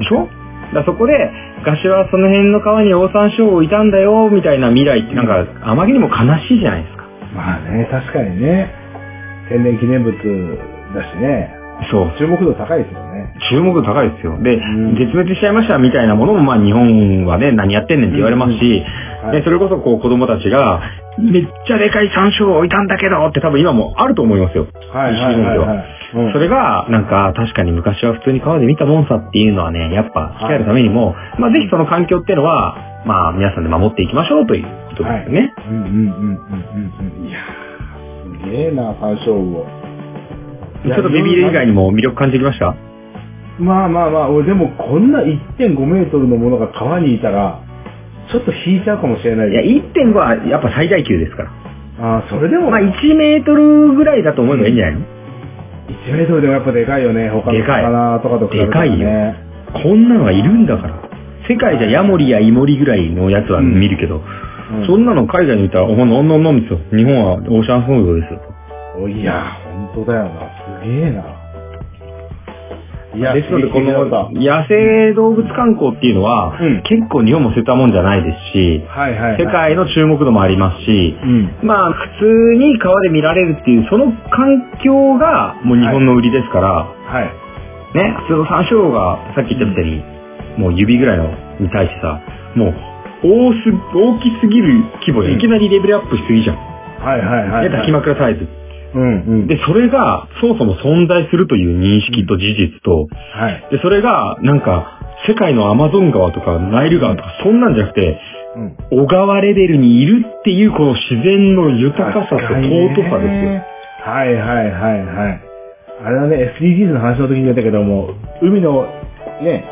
Speaker 1: い。
Speaker 3: しょだからそこで、昔はその辺の川にオオサンショウウオいたんだよ、みたいな未来ってなんか、あまりにも悲しいじゃないですか。
Speaker 1: まあね、確かにね。天然記念物だしね。
Speaker 3: そう。
Speaker 1: 注目度高いですよね。
Speaker 3: 注目度高いですよ。で、
Speaker 1: ん
Speaker 3: 絶滅しちゃいましたみたいなものも、まあ日本はね、何やってんねんって言われますし、
Speaker 1: うんはい
Speaker 3: でそれこそこう子供たちが、めっちゃでかい山椒を置いたんだけどって多分今もあると思いますよ。
Speaker 1: はいはいはいはい。うん
Speaker 3: それが、なんか、確かに昔は普通に川で見たもんさっていうのはね、やっぱ、鍛えるためにも、まあ、ぜひその環境っていうのは、まあ、皆さんで守っていきましょうということですね。
Speaker 1: うんうんうんうんうんうん。いやー、すげえな、山椒魚。
Speaker 3: ちょっとベビーレ以外にも魅力感じてきました
Speaker 1: まあまあまあ、俺でもこんな1.5メートルのものが川にいたら、ちょっと引いちゃうかもしれない
Speaker 3: いや、
Speaker 1: よ。
Speaker 3: 1.5はやっぱ最大級ですから。
Speaker 1: ああ、それでも、
Speaker 3: まあ、
Speaker 1: 1
Speaker 3: 1メートルぐらいだと思えばいいんじゃないの
Speaker 1: メートルでもやっぱでかいよね、他の
Speaker 3: でかい
Speaker 1: 魚とかと比べたらね。
Speaker 3: でかこんなのがいるんだから。世界じゃヤモリやイモリぐらいのやつは見るけど、
Speaker 1: うん
Speaker 3: そんなの海外にいたら、お前なんなんなんですよ。日本はオーシャンフードですよ。
Speaker 1: おいや、本当だよな。すげえな。いや、
Speaker 3: ですので、こ
Speaker 1: 刺激的だっ
Speaker 3: の野生動物観光っていうのは、
Speaker 1: うん
Speaker 3: 結構日本も捨てたもんじゃないですし、
Speaker 1: たはいはい、はい。
Speaker 3: 世界の注目度もありますし、
Speaker 1: うん。
Speaker 3: まあ、普通に川で見られるっていう、その環境がもう日本の売りですから、
Speaker 1: はい。
Speaker 3: ね、普通の山椒が、さっき言ったみたいに、もう指ぐらいのに対してさ、もう、大す、大きすぎる規模
Speaker 1: う
Speaker 3: で、
Speaker 1: ん
Speaker 3: いきなりレベルアップしすぎじゃん。
Speaker 1: はいはいはい。
Speaker 3: ね、抱き枕サイズ。
Speaker 1: うんうん。
Speaker 3: で、それが、そもそも存在するという認識と事実と、
Speaker 1: はい。
Speaker 3: で、それが、なんか、世界のアマゾン川とかナイル川とか、そんなんじゃなくて、
Speaker 1: うん。
Speaker 3: 小川レベルにいるっていう、この自然の豊かさと尊さですよ。
Speaker 1: よ。はいはいはいはい。あれはね、SDGs の話の時に言ったけども、海の、ね、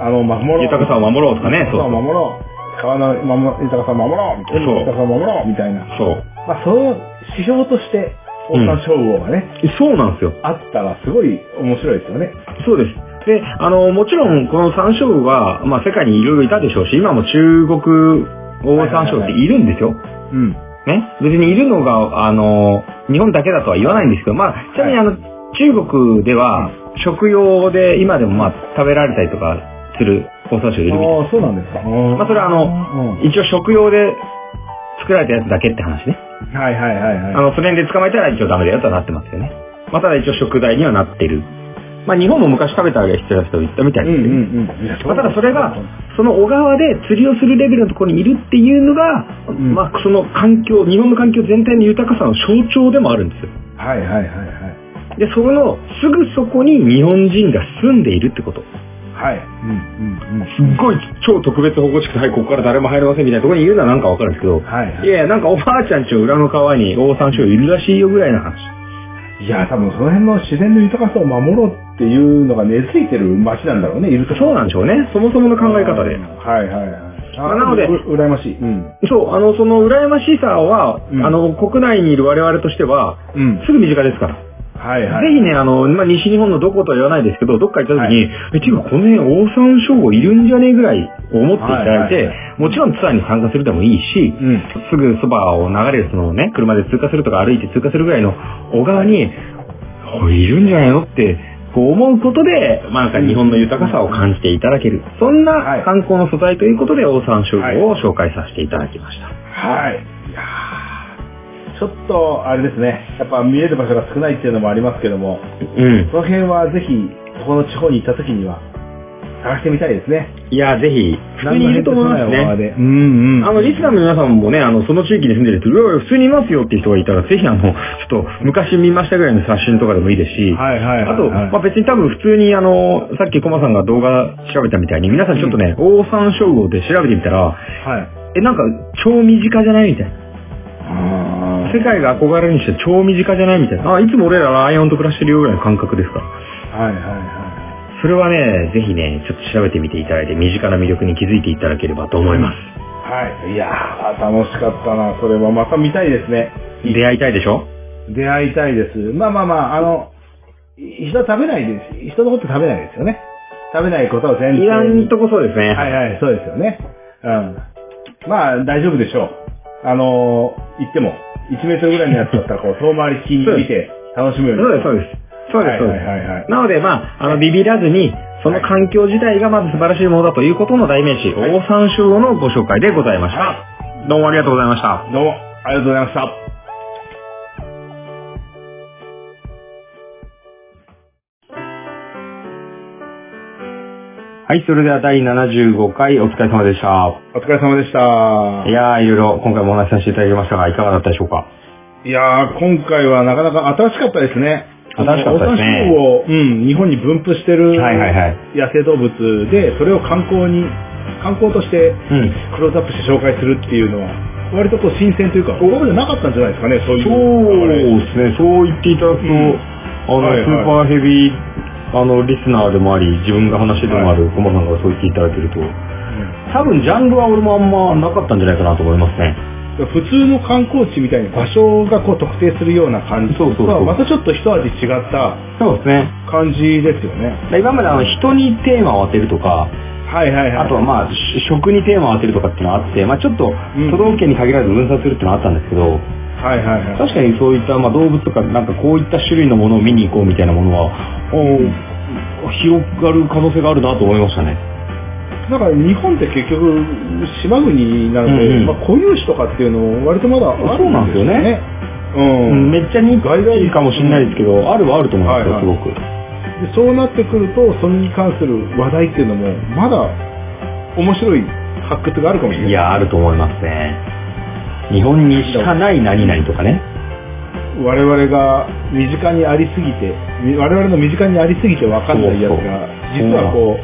Speaker 1: あの、守ろう。
Speaker 3: 豊かさを守ろうとかね、
Speaker 1: 豊か
Speaker 3: そ
Speaker 1: さを
Speaker 3: う。
Speaker 1: 守ろう。川の守豊かさを守ろう。海の豊かさを守ろう。みたいな。
Speaker 3: そう。
Speaker 1: まあ、その指標として、オーサン勝負がね、
Speaker 3: そうなんですよ。
Speaker 1: あったらすごい面白いですよね。
Speaker 3: そうです。で、あの、もちろん、この山椒は、まあ、世界にいろいろいたでしょうし、今も中国、大山椒っているんですよ。
Speaker 1: うん。
Speaker 3: ね。別にいるのが、あの、日本だけだとは言わないんですけど、まあ、ちなみにあの、中国では、食用で今でもまあ、食べられたりとかする大山椒いるみたい。
Speaker 1: ああ、そうなんですか。ま
Speaker 3: まあ、それはあの、
Speaker 1: うん。
Speaker 3: 一応食用で作られたやつだけって話ね。
Speaker 1: はいはいはいは
Speaker 3: あ
Speaker 1: い。
Speaker 3: の、それで捕まえたら一応ダメだよとはなってますよね。まあ、ただ一応食材にはなってる。まあ、日本も昔食べたあげ必要な人言ったみたい
Speaker 1: うん
Speaker 3: で
Speaker 1: う
Speaker 3: す
Speaker 1: んうん。い
Speaker 3: よね。
Speaker 1: や
Speaker 3: まあ、ただそれが、その小川で釣りをするレベルのところにいるっていうのが、
Speaker 1: ん
Speaker 3: まあ、その環境、日本の環境全体の豊かさの象徴でもあるんですよ。
Speaker 1: はいはいはいはい。
Speaker 3: で、その、すぐそこに日本人が住んでいるってこと。
Speaker 1: はい。うんうんうん。
Speaker 3: すっごい超特別保護地区、はい、ここから誰も入れませんみたいなところにいるのはなんかわかるんですけど、
Speaker 1: はいはい
Speaker 3: いやいや、なんかおばあちゃんちの裏の川に大山椒いるらしいよぐらいの話。
Speaker 1: いや、多分その辺の自然の豊かさを守ろうっていうのが根付いてる街なんだろうね、いるとこ
Speaker 3: そうなんでしょうね。そもそもの考え方で
Speaker 1: う。んはいはいはい。
Speaker 3: まあなので
Speaker 1: う羨ましい。うん。
Speaker 3: そう、あの、その羨ましさは、
Speaker 1: うん
Speaker 3: あの、国内にいる我々としては、
Speaker 1: うん。
Speaker 3: すぐ身近ですから。
Speaker 1: はいはい。
Speaker 3: ぜひね、あの、まあ、西日本のどことは言わないですけど、どっか行った時に、え、ていうかこの辺、オーサンショいるんじゃねえぐらい思っていただいて、
Speaker 1: はいはい
Speaker 3: もちろんツアーに参加するでもいいし、
Speaker 1: うん。
Speaker 3: すぐそばを流れるそのね、車で通過するとか歩いて通過するぐらいの小川に、おいいるんじゃないのって、こう思うことで、まあ、なんか日本の豊かさを感じていただける。そん
Speaker 1: は
Speaker 3: ない観光の素材ということで、オーサンショを紹介させていただきました。
Speaker 1: はい。いやーちょっと、あれですね。やっぱ見れる場所が少ないっていうのもありますけども、
Speaker 3: うん。
Speaker 1: その辺はぜひ、そこの地方に行った時には、探してみたいですね。
Speaker 3: いや、ぜひ、普通にいると思いますね。
Speaker 1: ね。うんうん。
Speaker 3: あの、リスナーの皆さんもね、あの、その地域に住んでる人、いやいや、普通にいますよっていう人がいたら、ぜひあの、ちょっと、昔見ましたぐらいの写真とかでもいいですし、
Speaker 1: はいはいはいはい。
Speaker 3: あと、まあ、別に多分普通にあの、さっきコマさんが動画調べたみたいに、皆さんちょっとね、オーサン称号で調べてみたら、
Speaker 1: はい。
Speaker 3: え、なんか、超身近じゃないみたいな。
Speaker 1: あー
Speaker 3: 世界が憧れるにして超身近じゃないみたいな。あ、いつも俺らライオンと暮らしてるよぐらいの感覚ですから。
Speaker 1: はいはいは
Speaker 3: それはね、ぜひね、ちょっと調べてみていただいて、身近な魅力に気づいていただければと思います。
Speaker 1: い。はい。いやー、楽しかったな。それはまた見たいですね。
Speaker 3: 出会いたいでしょ
Speaker 1: 出会いたいです。まあまあまあ、あの、い人食べないです。人のこと食べないですよね。食べないことは全然。
Speaker 3: いらんとこそうですね。
Speaker 1: はいはい、そうですよね。うん。まあ、大丈夫でしょう。あのー、行っても、1メートルぐらいのやつだったら、こう、遠回り聞
Speaker 3: そうで
Speaker 1: い
Speaker 3: す
Speaker 1: て、楽しむように。
Speaker 3: そうです、そうです。そうです、そう
Speaker 1: は
Speaker 3: で
Speaker 1: いはいはいは
Speaker 3: す。なので、まあ、あの、ビビらずに、その環境自体がまず素晴らしいものだということの代名詞、
Speaker 1: はい
Speaker 3: オオサンショウウオのご紹介でございました。
Speaker 1: は
Speaker 3: どうもありがとうございました。
Speaker 1: い。どうも、ありがとうございました。
Speaker 3: はい、それでは第75回お疲れ様でした。
Speaker 1: お疲れ様でした
Speaker 3: い。やー、いろいろ今回もお話しさせていただきましたが、いかがだったでしょうか
Speaker 1: いやー、今回はなかなか新しかったですね。
Speaker 3: 新しかったですね
Speaker 1: お菓子を、うん、日本に分布してる
Speaker 3: はいはいはい。
Speaker 1: 野生動物で、それを観光に、観光として
Speaker 3: うん。
Speaker 1: クローズアップして紹介するっていうのは、割とこう新鮮というか、ここまでなかったんじゃないですかね、そういう。
Speaker 3: そうですね、そう言っていただくと、
Speaker 1: うん
Speaker 3: あの、
Speaker 1: はいはい
Speaker 3: スーパーヘビー、あの、リスナーでもあり、自分が話でもある、コマさんがそう言っていただけると、多分ジャンルは俺もあんまなかったんじゃないかなと思いますね。
Speaker 1: うん普通の観光地みたいに場所がこう特定するような感じ
Speaker 3: そうそうそう
Speaker 1: まあまたちょっと一味違った
Speaker 3: そうですね。
Speaker 1: 感じですよね。
Speaker 3: で今まであの、人にテーマを当てるとか、
Speaker 1: はいはいはい。
Speaker 3: あとはまあ、し食にテーマを当てるとかっていうのはあって、まあちょっと
Speaker 1: ん、
Speaker 3: 都道府県に限らず分散するっていうのはあったんですけど、
Speaker 1: はいはいはい。
Speaker 3: 確かにそういった、まあ、動物とか、なんかこういった種類のものを見に行こうみたいなものは、おー広がる可能性があるなと思いましたね。
Speaker 1: だから日本って結局島国なので、
Speaker 3: うんうん
Speaker 1: まあ、固有種とかっていうの割とまだあるんですよね。う
Speaker 3: うん
Speaker 1: ん、
Speaker 3: めっちゃ人気かもしれないですけど、あるはあると思うんですよ、
Speaker 1: はい
Speaker 3: す
Speaker 1: は
Speaker 3: ご
Speaker 1: い
Speaker 3: く。
Speaker 1: でそうなってくるとそれに関する話題っていうのもまだ面白い発掘があるかもしれない
Speaker 3: いや、あると思いますね。日本にしかない何々とかね。
Speaker 1: 我々が身近にありすぎてみ我々の身近にありすぎて分かんないやつが
Speaker 3: そうそう
Speaker 1: 実はこ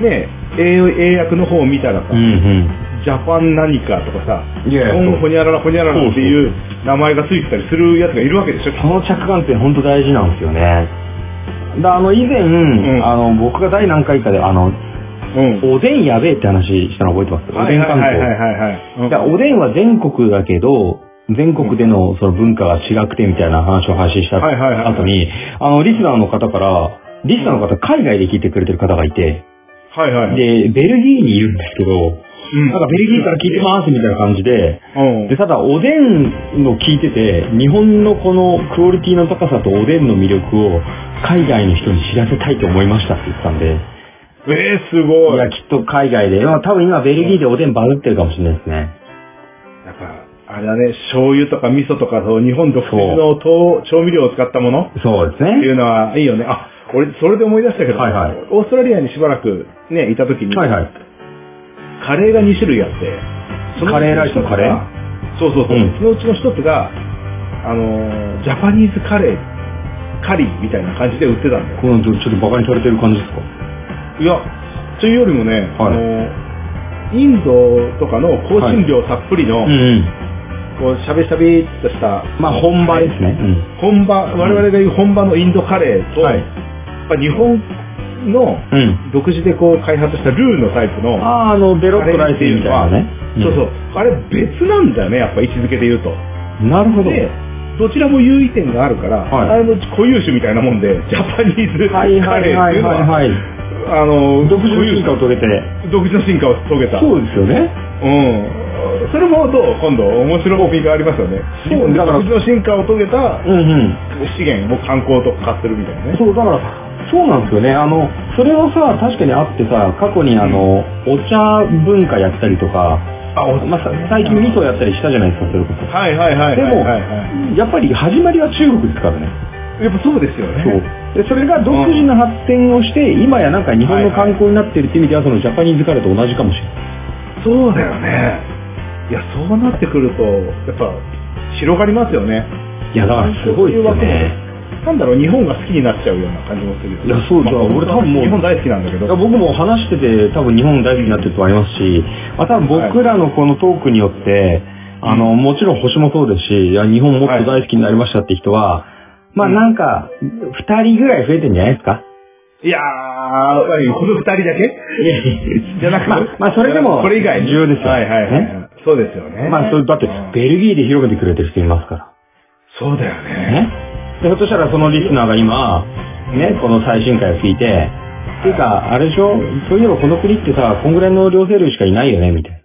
Speaker 1: うねえ英英訳の方を見たらさ、
Speaker 3: うん
Speaker 1: ジャパン何かとかさ
Speaker 3: い
Speaker 1: 日
Speaker 3: やいやそう
Speaker 1: 本ほにゃららほにゃららっていう名前がついてたりするやつがいるわけでしょ
Speaker 3: うん。その着眼点本当大事なんですよね。だあの、以前、
Speaker 1: ん
Speaker 3: あの、僕が第何回かで、あの、
Speaker 1: うん
Speaker 3: おでんやべえって話したの覚えてますおでん観
Speaker 1: はいはい
Speaker 3: 光。
Speaker 1: はいはいはい、うん
Speaker 3: だおでんは全国だけど、全国でのその文化が違くてみたいな話を配信した
Speaker 1: はいはいはいはい
Speaker 3: 後に、あの、リスナーの方から、リスナーの方、海外で聞いてくれてる方がいて、
Speaker 1: はいはい。
Speaker 3: で、ベルギーにいるんですけど、
Speaker 1: うん
Speaker 3: なんかベルギーから聞いてますみたいな感じで、
Speaker 1: うん
Speaker 3: で、ただおでんの聞いてて、日本のこのクオリティの高さとおでんの魅力を海外の人に知らせたいと思いましたって言ってたんで、い
Speaker 1: えー、すごい。
Speaker 3: や、きっと海外で、まあ多分今ベルギーでおでんバズってるかもしれないですね。
Speaker 1: なんか、あれだね、醤油とか味噌とか、そう、日本独特の糖調味料を使ったものっ
Speaker 3: そうです
Speaker 1: てい
Speaker 3: ね。
Speaker 1: うのは、いいよね。あ、俺、それで思い出したけど、
Speaker 3: はいはい
Speaker 1: オーストラリアにしばらくね、いた時に、
Speaker 3: はいはい。
Speaker 1: カレーが2種類あって、
Speaker 3: カレーライスとカレー
Speaker 1: ーそうそうそう、
Speaker 3: うん
Speaker 1: そのうちの一つが、あのー、ジャパニーズカレー、カリーみたいな感じで売ってたんだよ。
Speaker 3: このちょっとバカにされてる感じですか
Speaker 1: いや、というよりもね、
Speaker 3: はい
Speaker 1: あの、インドとかの香辛料たっぷりの、
Speaker 3: うんうん。
Speaker 1: こう、しゃべしゃべっとした、
Speaker 3: まあ本場ですね。うん。
Speaker 1: 本場、我々が言う本場のインドカレーと、
Speaker 3: はい
Speaker 1: やっぱ日本の
Speaker 3: うん。
Speaker 1: 独自でこう開発したルーのタイプの、
Speaker 3: あー、あの、ベロッとライスみたいなね。ん
Speaker 1: そうそう、あれ別なんだよね、やっぱ位置づけで言うと。
Speaker 3: なるほど。
Speaker 1: で、どちらも優位点があるから、
Speaker 3: はい
Speaker 1: あれの固有種みたいなもんで、ジャパニーズカ
Speaker 3: はいはい
Speaker 1: レーっ
Speaker 3: は
Speaker 1: てい
Speaker 3: いう
Speaker 1: の
Speaker 3: はい
Speaker 1: は、
Speaker 3: はい。
Speaker 1: あの、
Speaker 3: 独自の進化を
Speaker 1: 固
Speaker 3: 遂げて。
Speaker 1: 有種独自の進化を遂げた。
Speaker 3: そうですよね。
Speaker 1: うん。それもどう今度面白みがありますよね。
Speaker 3: そうだから
Speaker 1: 独自の進化を遂げた
Speaker 3: うんうん。
Speaker 1: 資源を観光とか買ってるみたいなね。
Speaker 3: そう、だから、そうなんですよね。あの、それはさ、確かにあってさ、過去にあの、お茶文化やったりとか、
Speaker 1: あ、お
Speaker 3: まあ、さ最近味噌やったりしたじゃないですか、それこそ。
Speaker 1: はいはいはい
Speaker 3: で
Speaker 1: はい
Speaker 3: も
Speaker 1: はいは、
Speaker 3: やっぱり始まりは中国ですからね。
Speaker 1: い。やっぱそうですよね。
Speaker 3: そう。で、それが独自の発展をして、今やなんか日本の観光になってるって意味では、そのジャパニーズカレーと同じかもしれない。
Speaker 1: そうだよね。いや、そうなってくると、やっぱ、広がりますよね。
Speaker 3: いや、だからすごいですよね。
Speaker 1: なんだろう、日本が好きになっちゃうような感じもするよね
Speaker 3: いやそうだ
Speaker 1: まあ
Speaker 3: 俺多分もう
Speaker 1: 日本大好きなんだけ
Speaker 3: い
Speaker 1: ど。
Speaker 3: や
Speaker 1: はい
Speaker 3: 僕も話してて、多分日本大好きになってるとありますし、まあ、多分僕らのこのトークによって、あの、もちろん星もそうですし、いや、日本もっと大好きになりましたって人は、まあ
Speaker 1: うん
Speaker 3: なんか、二人ぐらい増えてんじゃないですか
Speaker 1: いやー、何この二人だけ
Speaker 3: いや
Speaker 1: じゃなくて、
Speaker 3: まあまあそれでも
Speaker 1: これ以外に
Speaker 3: 重要ですよ
Speaker 1: はいはいはいはい。そうですよね。
Speaker 3: まあ、それだって
Speaker 1: うん、
Speaker 3: ベルギーで広めてくれてる人いますか
Speaker 1: そうだよ
Speaker 3: ら。
Speaker 1: ね。
Speaker 3: ね。でひょっとしたらそのリスナーが今、ね、この最新回を聞いて、っていうか、あれでしょそういえばこの国ってさ、こんぐらいの両生類しかいないよねみたいな。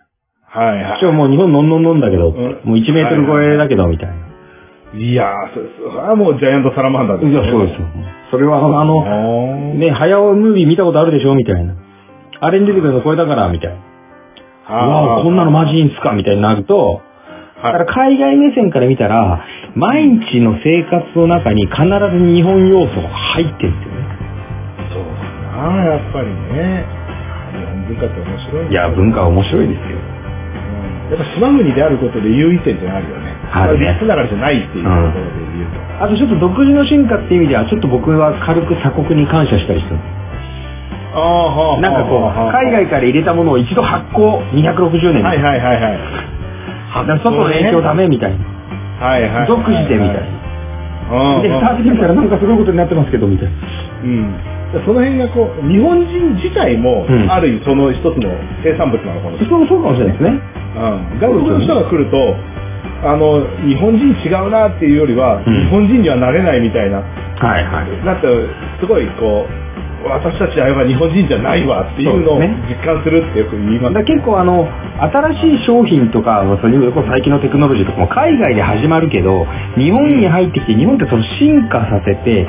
Speaker 1: はいは
Speaker 3: 一応もう日本のんのんのんだけど、
Speaker 1: うん
Speaker 3: もう1メートル超えだけど、みたいな。
Speaker 1: い。いやー、そそそれはもうジャイアントサラマンダーです
Speaker 3: い
Speaker 1: よ
Speaker 3: や、
Speaker 1: ね
Speaker 3: そうですよ。それは、あの、
Speaker 1: おー
Speaker 3: ね、早尾ムービー見たことあるでしょみたいな。あれに出てくるのこれだから、みたいな。うわあこんなのマジいいんすかみたいになると、だ
Speaker 1: はい
Speaker 3: から海外目線から見たら、毎日の生活の中に必ず日本要素が入ってるんですよね。
Speaker 1: そうだな、やっぱりね。日本文化って面白いね
Speaker 3: いや、文化は面白いですよ。
Speaker 1: うんやっぱ島国であることで優位点ってのはあるよね。
Speaker 3: あるね
Speaker 1: だからじゃないっていうところで言うと。
Speaker 3: あとちょっと独自の進化って意味では、ちょっと僕は軽く鎖国に感謝したりしてます。
Speaker 1: ああ、は
Speaker 3: なんかこう、海外から入れたものを一度発行260年。
Speaker 1: はいはいはいはい。
Speaker 3: だから外の影響ダメみたいな。
Speaker 1: はいはい。
Speaker 3: 独自でみたい
Speaker 1: うん
Speaker 3: な。で、
Speaker 1: うん
Speaker 3: 蓋開けてみたらなんかすごいことになってますけど、みたいな。
Speaker 1: うん、その辺がこう、日本人自体も、
Speaker 3: うん
Speaker 1: ある意味その一つの生産物なのかもしれない。
Speaker 3: そう、そうかもしれないですね。
Speaker 1: うん、外国の人が来ると、あの、日本人違うなっていうよりは、
Speaker 3: うん
Speaker 1: 日本人にはなれないみたいな、
Speaker 3: はいはい。
Speaker 1: なんかすごいこう、私たちあれは日本人じゃないわっていうのを
Speaker 3: そうで
Speaker 1: 実
Speaker 3: すね
Speaker 1: 感するってよく言い
Speaker 3: だ
Speaker 1: ます
Speaker 3: から結構あの、新しい商品とか、まあそれこそ最近のテクノロジーとかも海外で始まるけど、日本に入ってきて、日本ってその進化させて、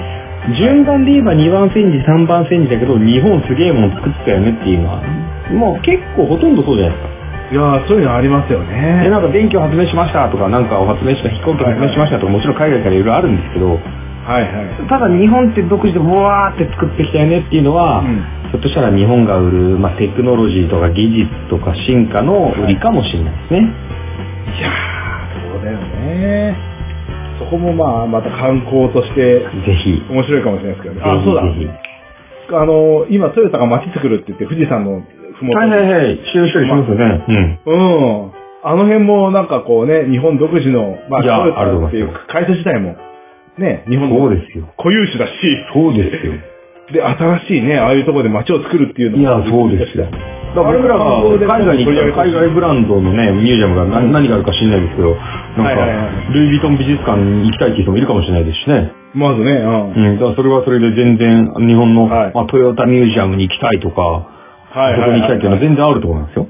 Speaker 3: 順番で言えば2番煎じ、3番煎じだけど、日本すげえもの作ったよねっていうのは、もう結構ほとんどそうじゃないで
Speaker 1: い
Speaker 3: すか。
Speaker 1: やーそういうのありますよ
Speaker 3: で、
Speaker 1: ね。
Speaker 3: なんか電気を発明しましたとか、なんかを発明した、飛行機を発明しましたとか、もちろん海外からいろいろあるんですけど、
Speaker 1: はいはい。
Speaker 3: ただ日本って独自でボワーって作ってきたよねっていうのは、
Speaker 1: うん
Speaker 3: ひょっとしたら日本が売る、まあ、テクノロジーとか技術とか進化の売りかもしれないですね。
Speaker 1: いやーそうだよね。そこもまあ、また観光として
Speaker 3: ぜひ。
Speaker 1: 面白いかもしれないですけどね。
Speaker 3: ぜ
Speaker 1: あ、
Speaker 3: ひ
Speaker 1: そうだ。
Speaker 3: ぜ
Speaker 1: あの、今、トヨタが街作るって言って、富士山のふも
Speaker 3: ひ。
Speaker 1: と。
Speaker 3: はいはいはい。知る人いますよね。うん。
Speaker 1: うん。あの辺もなんかこうね、日本独自の、まあ、
Speaker 3: いや
Speaker 1: トヨ
Speaker 3: あると
Speaker 1: タ
Speaker 3: 思
Speaker 1: っ
Speaker 3: い
Speaker 1: ていう
Speaker 3: ま
Speaker 1: 会社自体も、ね、日本
Speaker 3: そ
Speaker 1: の
Speaker 3: うですよ。
Speaker 1: 固有種だし、
Speaker 3: そうですよ。
Speaker 1: で、新しいね、ああいうところで街を作るっていうのも
Speaker 3: いや、そうですよ。だから僕らが海外に行ったら海外ブランドのね、ミュージアムが何何があるか知んないですけど、
Speaker 1: はいはいは
Speaker 3: なんか、ルイ・ヴィトン美術館に行きたいっていう人もいるかもしれないですしね。
Speaker 1: まずね、うん。
Speaker 3: うん、だからそれはそれで全然日本の、
Speaker 1: はい
Speaker 3: まあ、トヨタミュージアムに行きたいとか、
Speaker 1: は
Speaker 3: そこに行きたいっていうのは全然あると思いますよ。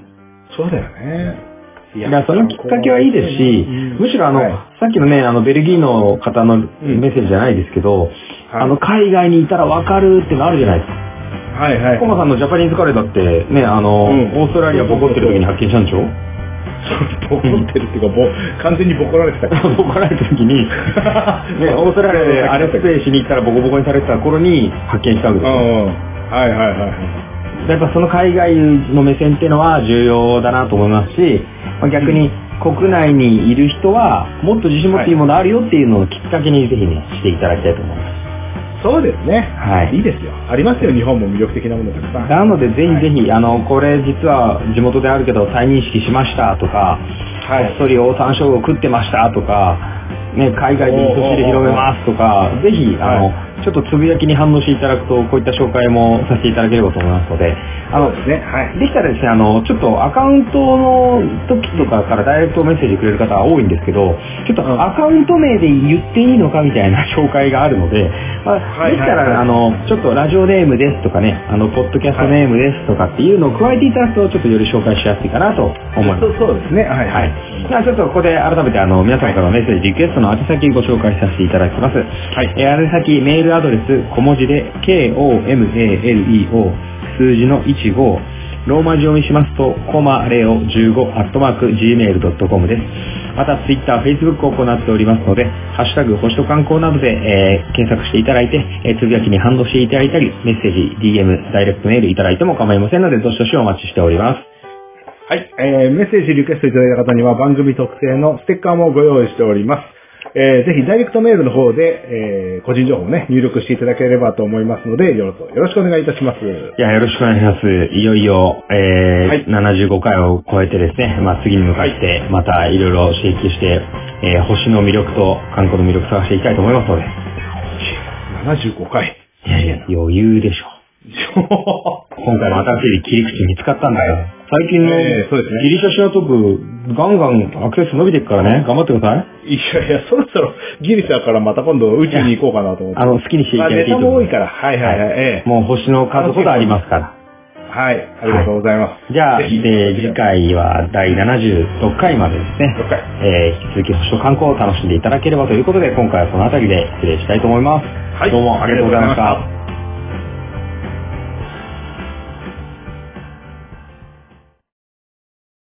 Speaker 1: そうだよね。い
Speaker 3: だからそのきっかけはいいですし、むしろあの、
Speaker 1: はい
Speaker 3: さっきのね、あの、ベルギーの方の
Speaker 1: ん
Speaker 3: メッセージじゃないですけど、あの、海外にいたらわかるってのあるじゃないですか。
Speaker 1: はいはい
Speaker 3: コ。マさんのジャパニーズカレーだって、ね、あの、
Speaker 1: うん
Speaker 3: オーストラリアボコってる時に発見したんでしょ
Speaker 1: (laughs) ボコってるっていうか、ぼ完全にボコられて
Speaker 3: (laughs)
Speaker 1: たけど。
Speaker 3: ボコられた時に、ね、オーストラリア
Speaker 1: (laughs)
Speaker 3: であれプレイしに行ったらボコボコにされてた頃に発見したわけ
Speaker 1: うん
Speaker 3: ですよ。
Speaker 1: うん。はいはいはい。
Speaker 3: やっぱその海外の目線っていうのは重要だなと思いますし、まあ逆に国内にいる人はもっと自信持っていいものあるよっていうのをきっかけにぜひね、していただきたいと思います。
Speaker 1: そうですね。
Speaker 3: はい
Speaker 1: いいですよ。ありますよ、日本も魅力的なものたくさん。
Speaker 3: なのでぜひぜひ、あの、これ実は地元であるけど再認識しましたと
Speaker 1: は
Speaker 3: か、こっそりオオサンショウウオ食ってましたとか、ね、海外に味噌汁広めますとか、ぜひ、あの、ちょっとつぶやきに反応していただくと、こういった紹介もさせていただければと思いますので、あの、
Speaker 1: ね、はい。
Speaker 3: できたらですね、あの、ちょっとアカウントの時とかからダイレクトメッセージくれる方は多いんですけど、ちょっとアカウント名で言っていいのかみたいな紹介があるので、まあ、
Speaker 1: はいはいはい
Speaker 3: できたら、あの、ちょっとラジオネームですとかね、あの、ポッドキャストネームですとかっていうのを加えていただくと、ちょっとより紹介しやすいかなと思います。
Speaker 1: そうそうですね、はい
Speaker 3: は
Speaker 1: はいい。。
Speaker 3: じゃあちょっとここで改めてあの皆さんからのメッセージ、リクエストの宛先ご紹介させていただきます。
Speaker 1: はい
Speaker 3: えー宛先、メールアドレス、小文字で、k-o-m-a-l-e-o、数字の15、ローマ字読みしますと、コマレオ15、アットマーク、gmail.com です。また、Twitter、Facebook を行っておりますので、ハッシュタグ、星と観光などで、えー検索していただいて、えーつぶやきに反応していただいたり、メッセージ、DM、ダイレクトメールいただいても構いませんので、どしどしお待ちしております。
Speaker 1: はい。えー、メッセージリクエストいただいた方には番組特製のステッカーもご用意しております。えー、ぜひダイレクトメールの方で、えー、個人情報をね、入力していただければと思いますので、よろよろしくお願いいたします。
Speaker 3: いや、よろしくお願いします。いよいよ、えー75回を超えてですね、まあ、次に向かって、またいろいろ刺激して、えー星の魅力と観光の魅力探していきたいと思いますので。
Speaker 1: 75回。 (laughs)
Speaker 3: いやいや、余裕でしょ。今回も新しい切り口見つかったんだよ。最近の、
Speaker 1: えーそうですね
Speaker 3: ギリシャシアトーク、ガンガンアクセス伸びていくからね、頑張ってください。
Speaker 1: いやいや、そろそろギリシャからまた今度宇宙に行こうかなと思って。
Speaker 3: あの、好きにしてい
Speaker 1: ま
Speaker 3: た
Speaker 1: あ、
Speaker 3: だい
Speaker 1: ネ
Speaker 3: ていい
Speaker 1: タ
Speaker 3: と
Speaker 1: も
Speaker 3: 思
Speaker 1: 多
Speaker 3: い
Speaker 1: い
Speaker 3: ます。
Speaker 1: から、はいはいはい、ええ
Speaker 3: もう星の数ほどありますから。
Speaker 1: はい、ありがとうございます。
Speaker 3: じゃあ、
Speaker 1: ぜひ
Speaker 3: で次回は第76回までですね、
Speaker 1: 了解
Speaker 3: えー、引き続き星と観光を楽しんでいただければということで、今回はこの辺りで失礼したいと思います。
Speaker 1: はい
Speaker 3: どうもありがとうございました。